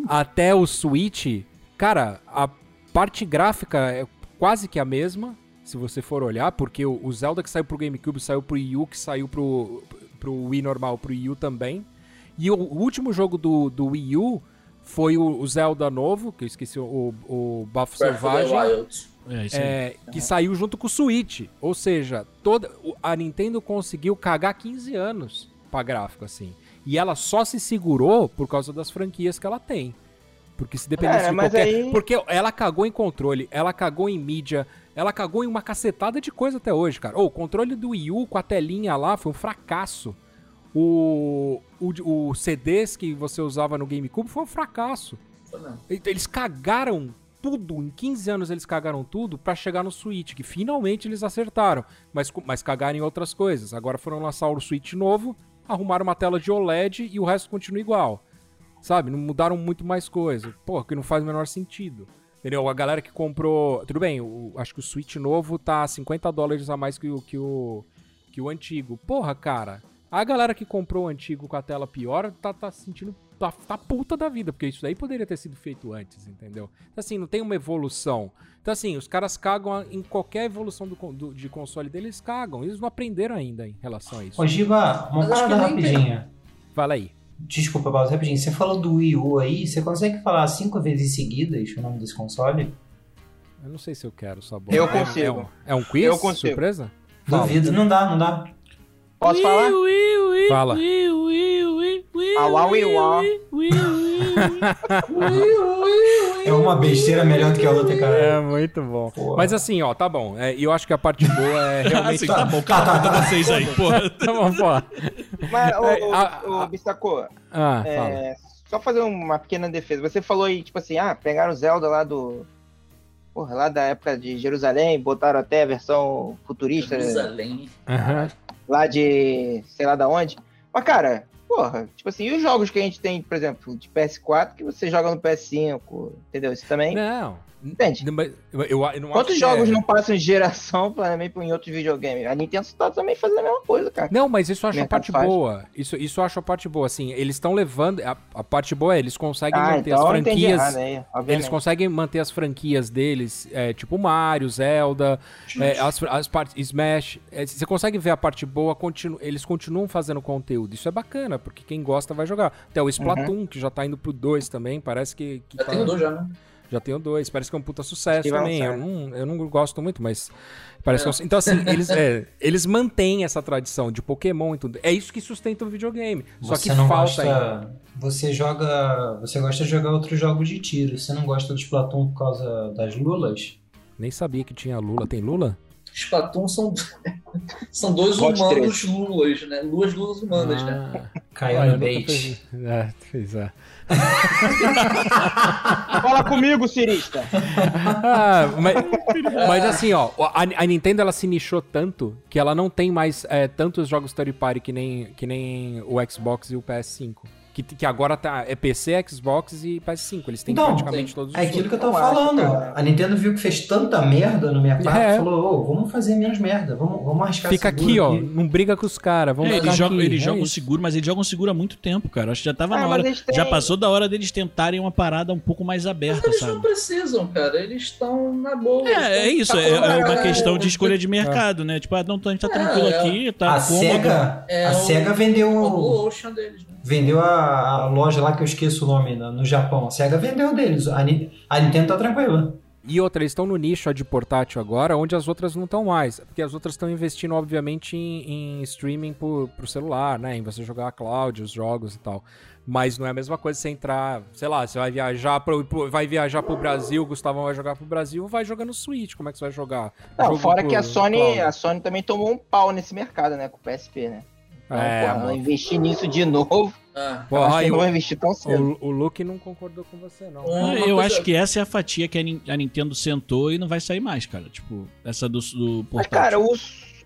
C: até o Switch, cara, a parte gráfica é quase que a mesma, se você for olhar, porque o, o Zelda que saiu pro GameCube saiu pro Wii U, que saiu pro pro Wii normal, pro Wii U também. E o, o último jogo do, do Wii U foi o, o Zelda novo, que eu esqueci o, o Bafo
B: Breath of
C: Selvagem.
B: the Wild.
A: É, isso aí.
C: É, que saiu junto com o Switch. Ou seja, toda o- a Nintendo conseguiu cagar 15 anos pra gráfico, assim. E ela só se segurou por causa das franquias que ela tem. Porque se dependesse
D: Cara,
C: de
D: É, mas
C: qualquer...
D: aí-
C: Porque ela cagou em controle, ela cagou em mídia, ela cagou em uma cacetada de coisa até hoje, cara. Ô, o controle do Wii U com a telinha lá foi um fracasso. O, o, o CDs que você usava no GameCube foi um fracasso.
B: Foi mesmo.
C: Então, Eles cagaram tudo, em 15 anos eles cagaram tudo pra chegar no Switch, que finalmente eles acertaram, mas, cu- mas cagaram em outras coisas. Agora foram lançar o Switch novo, arrumaram uma tela de OLED e o resto continua igual. Sabe? Não mudaram muito mais coisa. Pô, que não faz o menor sentido. Entendeu? A galera que comprou. Tudo bem, o- acho que o Switch novo tá 50 dólares a mais que o, que o, que o antigo. Porra, cara. A galera que comprou o antigo com a tela pior tá, tá sentindo. Tá, tá puta da vida, porque isso daí poderia ter sido feito antes, entendeu? Então, Assim, não tem uma evolução. Então, assim, os caras cagam a- em qualquer evolução do, con- do- de console deles, cagam. Eles não aprenderam ainda em relação a isso.
E: Ô, Giba, uma
B: Mas acho
E: parada
B: que nem tem.
E: rapidinha.
C: Fala aí.
E: Desculpa, Paulo, rapidinho. Você falou do Wii U aí, você consegue falar cinco vezes seguidas o nome desse console?
C: Eu não sei se eu quero só bola.
D: Eu
C: É um-
D: consigo.
C: É um, é um quiz?
D: Eu consigo.
C: Surpresa?
E: Duvido, não dá, não dá.
D: Posso falar?
C: Fala.
D: Auá, ui, uá.
E: É uma besteira melhor do que a outra, cara.
C: É muito bom.
E: Porra.
C: Mas assim, ó, tá bom. É, eu acho que a parte boa é realmente.
A: Assim, tá bom, cala a boca de vocês aí, porra.
C: tá bom, porra.
D: é, Mas,
A: É,
D: ô, ô,
C: Ah,
D: ô,
C: ah.
D: Bissacô,
C: Ah,
D: é,
C: fala.
D: só fazer uma pequena defesa. Você falou aí, tipo assim, ah, pegaram o Zelda lá do. Porra, lá da época de Jerusalém, botaram até a versão futurista
B: Jerusalém.
C: Aham.
D: lá de. sei lá da onde. Mas, cara, porra, tipo assim, e os jogos que a gente tem, por exemplo, de PS4 que você joga no PS5, entendeu? Isso também.
C: Não.
D: Entende?
C: Mas Eu, eu- eu não acho
D: Quantos
C: que
D: jogos
C: é-
D: não passam de geração pra mim em outros videogames? A Nintendo tá também fazendo a mesma coisa, cara.
C: Não, mas isso eu acho a
D: Mercado
C: parte
D: faz.
C: boa. Isso, isso eu acho a parte boa. Assim, eles estão levando. A, a parte boa é eles conseguem
D: ah,
C: manter
D: então
C: as
D: eu entendi
C: franquias.
D: errado aí,
C: Eles
D: obviamente.
C: conseguem manter as franquias deles, é, tipo Mario, Zelda, é, as, as partes Smash. é, você consegue ver a parte boa, continu- eles continuam fazendo conteúdo. Isso é bacana, porque quem gosta vai jogar. Até o Splatoon, que já tá indo pro 2 também, parece que. que
B: Já
C: tá-
A: é
B: tem dois já, né?
C: já tenho dois. Parece que é um puta sucesso
D: Que vai
C: também. Eu
D: lançar.
C: não, eu não gosto muito, mas parece que é um... Então, assim, eles, é, eles mantêm essa tradição de Pokémon e tudo. É isso que sustenta o videogame. Só
E: você
C: que
E: não
C: falta ainda.
E: gosta. Você joga. Você gosta de jogar outros jogos de tiro. Você não gosta do Splatoon por causa das Lulas?
C: Nem sabia que tinha Lula. Tem Lula?
B: Splatoon são, são dois
D: Bote
B: humanos lulas, né? Duas lulas humanas,
A: Ah,
B: né?
E: Ah. Caiu
C: Olha, eu nunca
E: no bait.
C: fiz- Ah, fiz, ah.
D: Fala comigo, cirista.
C: Ah, mas, mas assim, ó, a, a Nintendo ela se nichou tanto que ela não tem mais é, tantos jogos third party que nem, que nem o Xbox e o PS5. Que, que agora tá, é PC, Xbox e PS5. Eles têm
E: Então,
C: praticamente
B: sim.
C: todos os
E: É aquilo que eu tava
D: Eu acho,
E: falando.
D: cara.
E: A Nintendo viu que fez tanta merda no mercado
C: É.
E: e falou, ô, vamos fazer menos merda, vamos, vamos arriscar
C: Fica
E: tá seguro
C: aqui, ó. Não briga com os caras. Vamos
A: É,
C: ficar
A: ele joga,
C: aqui.
A: ele
C: é
A: joga um
C: isso.
A: seguro, mas ele joga um seguro há muito tempo, cara. Acho que já tava
D: Ah,
A: na
D: mas
A: hora.
D: eles têm-
A: Já passou da hora deles tentarem uma parada um pouco mais aberta,
B: Eles não
A: sabe?
B: precisam, cara. Eles estão na boa.
A: É, é
B: eles
A: isso,
B: tão
A: é, é
B: tacando
A: uma
B: na-
A: questão de escolha de mercado, né? Tipo, ah, não, a gente tá
B: É,
A: tranquilo
B: é.
A: aqui, tá
E: A
A: cômodo.
E: SEGA,
B: É
E: a
B: o-
E: SEGA
B: O
E: vendeu,
B: Blue Ocean deles, né?
E: vendeu a, a loja lá que eu esqueço o nome no, no Japão. A SEGA vendeu deles. A, Ni- a Nintendo tá tranquila.
C: E outra, eles estão no nicho a de portátil agora, onde as outras não estão mais. Porque as outras estão investindo, obviamente, em, em streaming pro, pro celular, né? Em você jogar a cloud, os jogos e tal. Mas não é a mesma coisa você entrar, sei lá, você vai viajar pro, pro- vai viajar pro Brasil, o Gustavão vai jogar pro Brasil, vai jogar no Switch. Como é que você vai jogar?
D: Não,
C: Jogo
D: fora
C: pro-
D: que a
C: no
D: Sony,
C: cloud.
D: a Sony também tomou um pau nesse mercado, né? Com o PSP, né? Então,
C: É,
D: porra,
C: mano.
D: investir nisso de novo,
B: Ah.
D: eu acho
C: Porra,
D: que
C: aí
D: não
C: o,
D: vai investir tão cedo.
C: o, o Luke não concordou com você, não.
B: Uma
A: Ah, Eu
B: coisa-
A: acho que essa é a fatia que a Nin- a Nintendo sentou e não vai sair mais, cara. Tipo, essa do, do
D: Mas,
A: portátil.
D: cara, o,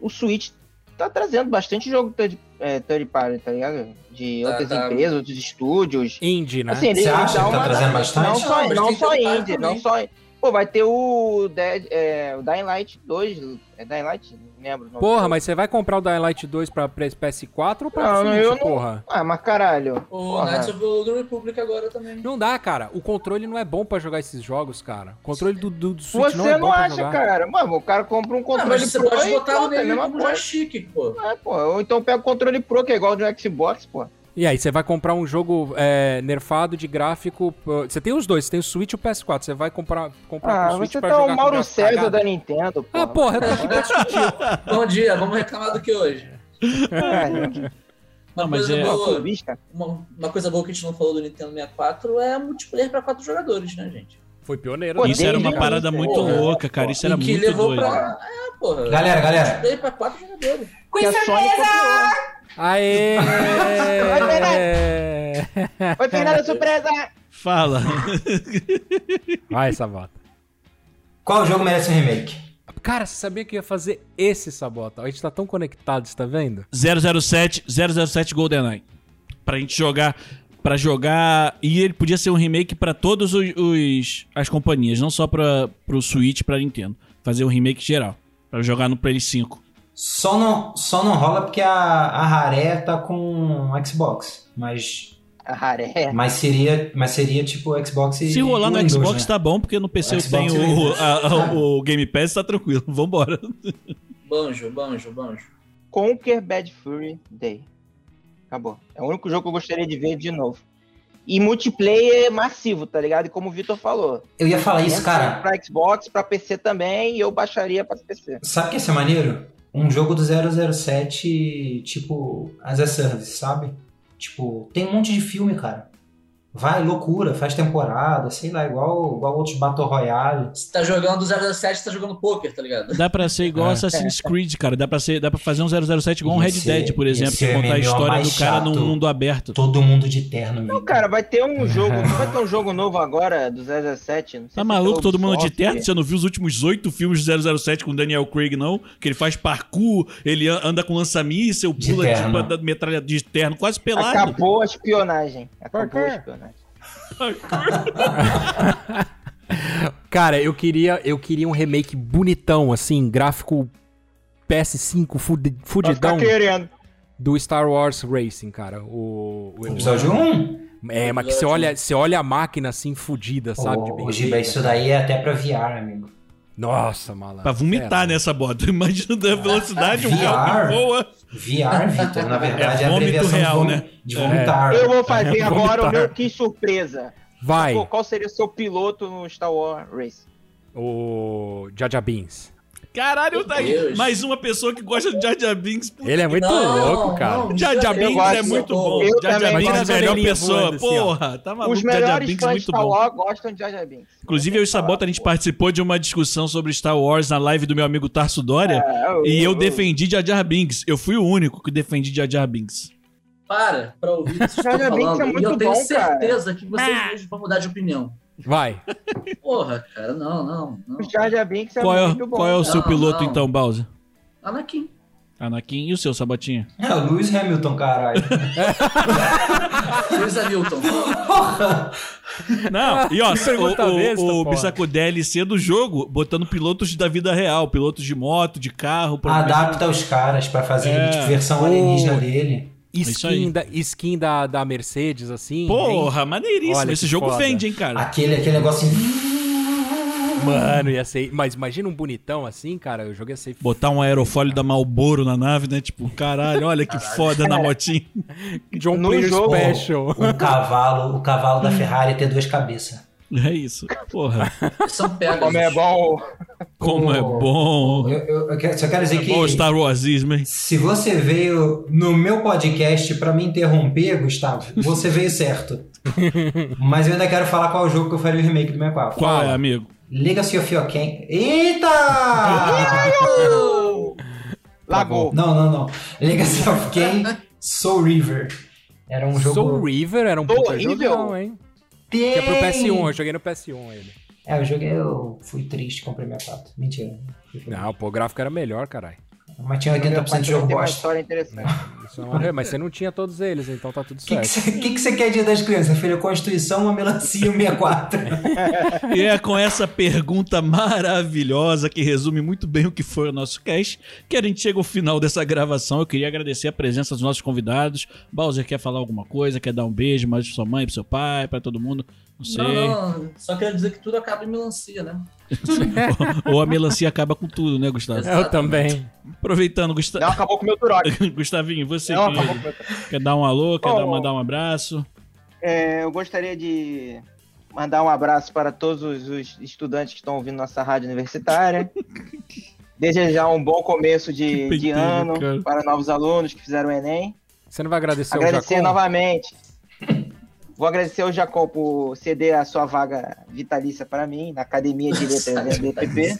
D: o Switch tá trazendo bastante jogo third, é, third party, tá ligado? De
B: Tá,
D: outras
B: tá.
D: empresas, outros estúdios.
C: Indie, né?
D: Assim, ele
E: Você
D: ele
E: acha
D: dá
E: que tá
D: uma-
E: trazendo bastante?
D: Não só,
B: Não, mas
D: não
B: tem
D: só
B: third party
D: indie,
B: também.
D: não só... Pô, vai ter o, Dead, é, o Dying Light 2, é Dying Light? Não lembro. o nome.
C: Porra, mas você vai comprar o Daylight 2 pra pra PS4 ou pra
D: Não,
C: Switch,
D: eu não-
C: porra?
D: Ah, mas caralho.
B: O
D: Porra.
B: Knights of the Old Republic agora também.
C: Não dá, cara. O controle não é bom pra jogar esses jogos, cara. O controle do, do, do Switch
D: Você
C: não é
D: não,
C: bom pra
D: acha,
C: jogar.
D: cara? Mano, o cara compra um
B: Ah,
D: controle
B: mas você
D: pro
B: pode
D: e
B: botar
D: pronto, é a
B: nele
D: mesma
B: como mais
D: coisa.
B: chique, pô.
D: É, pô. Ou então pega o controle pro, que é igual ao do Xbox, pô.
C: E aí, você vai comprar um jogo é, nerfado de gráfico. pô, Você tem os dois, você tem o Switch e o PS4. Você vai comprar, comprar
D: Ah,
C: pro Switch
D: você
C: pra
D: tá
C: jogar
D: o
C: com
D: Mauro
C: gráfico
D: César
C: cagado?
D: da Nintendo, pô.
C: Ah, porra, eu tô aqui pra discutir.
B: Bom dia, vamos reclamar do que hoje.
D: Caralho, Ah, que
A: Não, mas
B: coisa
A: é.
B: boa.
D: populista.
B: Uma, uma coisa boa que a gente não falou do Nintendo 64 é multiplayer pra quatro jogadores, né, gente?
C: Foi pioneiro,
D: Pô,
C: né?
A: Isso era uma
D: Desde
A: parada
D: isso,
A: muito
B: porra.
A: louca, cara. Isso era
B: e que
A: muito
B: levou
A: doido.
B: pra. É, porra.
E: Galera, galera.
B: Multiplayer pra quatro jogadores.
D: Que a Sony copiou.
C: Aê!
D: Oi, Fernanda, surpresa!
A: Fala.
C: Vai, Savata.
E: Qual jogo merece um remake?
C: Cara, você sabia que eu ia fazer esse Sabota? A gente tá tão conectado, você tá vendo?
A: 007, 007 GoldenEye. Pra gente jogar. Pra jogar. E ele podia ser um remake pra todas os, os- as companhias, não só pra, pro Switch, pra Nintendo. Fazer um remake geral. Pra jogar no Play 5.
E: Só não, só não rola porque a, a Rare tá com Xbox. Mas,
D: A é. Haré.
E: mas, seria, mas seria tipo Xbox e
A: Se rolar no
E: Windows,
A: Xbox
E: né?
A: tá bom, porque no PC eu
E: Xbox
A: tenho
E: e
A: o,
E: Windows.
A: a- a- o Game Pass, tá tranquilo. Vambora.
B: Banjo, banjo, banjo.
D: Conquer Bad Fury Day. Acabou. É o único jogo que eu gostaria de ver de novo. E multiplayer massivo, tá ligado? E como o Vitor falou.
E: Eu ia falar É isso,
D: entra
E: cara.
D: Pra Xbox, pra PC também, e eu baixaria pra PC.
E: Sabe o que ia ser maneiro? Um jogo do 007, tipo, as a service, sabe? Tipo, tem um monte de filme, cara. Vai, loucura, faz temporada, sei lá, igual, igual outros Battle Royale.
B: Se tá jogando 007, tá jogando poker, tá ligado?
A: Dá pra ser igual
E: É.
A: Assassin's Creed, cara. Dá pra, ser, dá pra fazer um 007 igual um Red
E: Esse- é
A: Dead, por exemplo.
E: esse
A: Que contar a
E: MMO
A: história do
E: mais
A: cara num
E: chato.
A: mundo aberto.
E: Todo mundo de terno,
D: Não,
E: velho.
D: cara, vai ter um jogo. não vai ter um jogo novo agora do 007. Não sei
A: Tá
D: se
A: maluco
D: é
A: todo mundo de
D: Ubisoft.
A: terno? Você não viu os últimos oito filmes de 007 com Daniel Craig, não? Que ele faz parkour, ele an- anda com lança-míssel,
E: De
A: pula
E: terno.
A: tipo, da metralha de terno, quase pelado.
D: Acabou a espionagem. Acabou a
C: Parker.
D: espionagem.
C: Cara, eu queria, eu queria um remake bonitão, assim, gráfico PS5 fude-
D: Vai
C: fudidão
D: ficar querendo.
C: do Star Wars Racing, cara. O, o
E: Episódio 1?
C: É, mas que você olha, você olha a máquina assim fudida, sabe? de
E: Ô,
C: bem
E: ô, Giba,
C: feita.
E: isso
A: né?
E: daí é até pra VR, amigo.
C: Nossa, malandro.
A: Pra vomitar
C: É,
A: nessa bota. Imagina a velocidade, um
E: VR.
A: carro que voa.
E: VR, Vitor, na verdade,
A: É
E: é, a
A: vômito
E: abreviação
A: real,
E: de, vom-
A: né?
E: de vomitar.
D: Eu
A: tá.
D: vou fazer agora o
C: Vomitar.
D: meu que surpresa.
A: né?
C: Vai,
D: Pô, qual seria o seu piloto no Star Wars Race?
C: o Jaja Beans.
A: Caralho,
B: Meu
A: tá aí.
B: Deus.
A: Mais uma pessoa que gosta de Jar Jar Binks. Puta
C: Ele é muito
B: Não,
C: louco, cara.
B: não,
A: Jar Jar
B: eu
A: Binks
D: gosto
A: é
D: dessa
A: muito
B: porra.
A: bom.
D: Eu
A: Jar Jar
D: também
A: Binks é a
C: gosto
A: melhor
C: dele
A: pessoa.
C: voando assim, ó.
A: Porra, tá maluco.
D: Os
A: Jar Jar
D: melhores
A: Binks é
D: fãs de
A: muito
D: Star
A: bom.
D: Wars gostam de Jar Jar Binks.
A: Inclusive, eu e Sabota, a gente participou de uma discussão sobre Star Wars na live do meu amigo Tarso
D: É.
A: Dória. E eu defendi Jar Jar Binks. Eu fui o único que defendi Jar Jar Binks.
B: Para pra ouvir o que vocês
D: Cara,
B: estão
D: bem que
B: falando.
D: é muito
B: e eu tenho
D: bom, cara.
B: certeza que vocês mesmos vão mudar de opinião.
C: Vai.
A: É
B: Porra, cara, não, não, não.
D: O Jar Jar Binks é
A: Qual é,
D: muito bom.
A: qual é o seu
B: Não,
A: piloto,
B: não.
A: então, Bowser?
B: Anakin.
A: Anakin, e o seu, Sabatinha?
E: É, o Lewis Hamilton, caralho.
B: Lewis Hamilton.
A: Não, e ó,
C: Que pergunta
A: o, o,
C: besta,
A: o
C: porra.
A: Bissacco DLC do jogo, botando pilotos da vida real, pilotos de moto, de carro, pra-
E: Adapta os caras pra fazer
A: É.
E: tipo, versão
C: Pô.
E: alienígena dele.
A: isso
C: Skin,
A: aí.
C: da, skin da, da Mercedes, assim. hein?
A: Porra, maneiríssimo.
C: Olha
A: Esse
C: que
A: jogo
C: foda.
A: vende, hein, cara?
E: Aquele, aquele negócio assim.
C: Mano, ia ser. Mas imagina um bonitão assim, cara. O jogo ia ser.
A: Botar um aerofólio da Malboro na nave, né? Tipo, caralho, olha que foda na motinha.
C: John
D: No
C: Player
D: jogo-
A: é
C: Special.
E: Um cavalo, o cavalo da Ferrari ter duas cabeças.
A: É isso. Porra,
B: São pegas.
D: Como é bom.
A: como é bom.
E: Eu, eu- eu quero- só quero dizer
A: É bom o
E: que
A: Star Warsismo, hein?
E: se você veio no meu podcast pra me interromper, Gustavo, você veio certo. Mas eu ainda quero falar qual é o jogo que eu faria o remake do 64.
A: Qual é, amigo?
E: Legacy of Yoken. Eita!
B: Tá
D: Lagou.
E: não, não, não. Legacy of Kain Soul River. Era um jogo.
C: Soul River era um
D: Tô
C: puta
D: horrível.
C: jogão, hein?
E: Tem!
C: Que é pro PS1, eu joguei no PS1 ele.
E: É, eu joguei, eu fui triste, comprei minha pata. Mentira.
C: Não, pô, o gráfico era melhor, caralho.
E: Mas tinha 80% de jogo
D: Tem uma
E: bosta.
D: história interessante.
C: Isso é uma- é, mas você não tinha todos eles, então tá tudo
E: O que
C: certo.
E: você quer dia das crianças, filho? Constituição, uma melancia e um 64.
A: E é com essa pergunta maravilhosa que resume muito bem o que foi o nosso cast que a gente chega ao final dessa gravação. Eu queria agradecer a presença dos nossos convidados. Bowser quer falar alguma coisa, quer dar um beijo mais pra sua mãe, pro seu pai, pra todo mundo. Não sei.
B: Não, não, só quero dizer que tudo acaba em melancia, né?
A: Ou a melancia acaba com tudo, né, Gustavo?
B: Exato.
C: Eu também.
A: Aproveitando, Gusta-
D: Não, acabou com o meu Turok.
A: Gustavinho, você
D: Não,
A: que-
D: acabou com o meu Turok.
A: quer dar um alô, quer
D: Oh.
A: dar- mandar um abraço?
D: É, eu gostaria de mandar um abraço para todos os, os estudantes que estão ouvindo nossa rádio universitária. Desejar um bom começo de, de
A: pentelho,
D: ano
A: cara.
D: para novos alunos que fizeram o Enem.
C: Você não vai agradecer o
D: agradecer
C: Jacon?
D: novamente. Vou agradecer ao Jacó por ceder a sua vaga vitalícia para mim na Academia de Letras da DPP.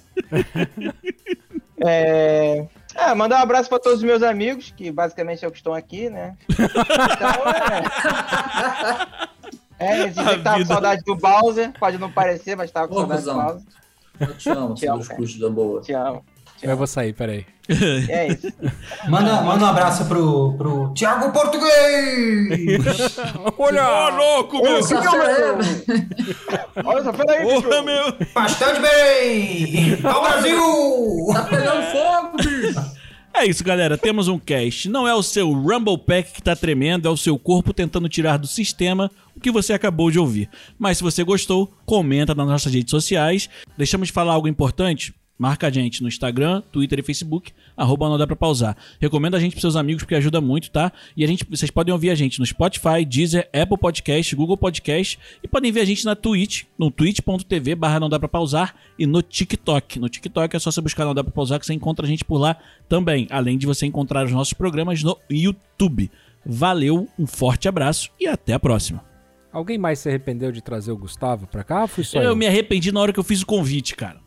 D: É, ah, mandar um abraço para todos os meus amigos, que basicamente é o que estão aqui, né? Então, é. É, dizer
A: A
D: que tava com
A: vida.
D: saudade do Bowser, pode não parecer, mas tava com
B: Ô,
D: saudade do
B: cuzão.
D: Bowser.
B: Eu te amo,
D: Te amo,
B: seus custos da boa.
D: Te amo.
C: Eu vou sair, peraí.
D: É isso.
E: Manda, manda um abraço pro, pro Thiago Português!
A: Ô,
C: Olha!
A: louco,
D: um
A: meu!
B: Essa fera é-
D: Olha só, peraí,
A: Porra,
D: bicho.
A: meu!
E: Bastante bem! Ao
D: é um
E: Brasil!
B: Tá pegando fogo, bicho!
A: É isso, galera. Temos um cast. Não é o seu Rumble Pack que tá tremendo, é o seu corpo tentando tirar do sistema o que você acabou de ouvir. Mas se você gostou, comenta nas nossas redes sociais. Deixamos de falar algo importante? Marca a gente no Instagram, Twitter e Facebook, arroba não dá pra pausar. Recomenda a gente pros seus amigos porque ajuda muito, tá? E a gente, vocês podem ouvir a gente no Spotify, Deezer, Apple Podcast, Google Podcast e podem ver a gente na Twitch, no twitch.tv barra não dá pra pausar e no TikTok. No TikTok é só você buscar não dá pra pausar que você encontra a gente por lá também, além de você encontrar os nossos programas no YouTube. Valeu, um forte abraço e até a próxima.
C: Alguém mais se arrependeu de trazer o Gustavo pra cá? Ou fui só eu?
A: Eu me arrependi na hora que eu fiz o convite, cara.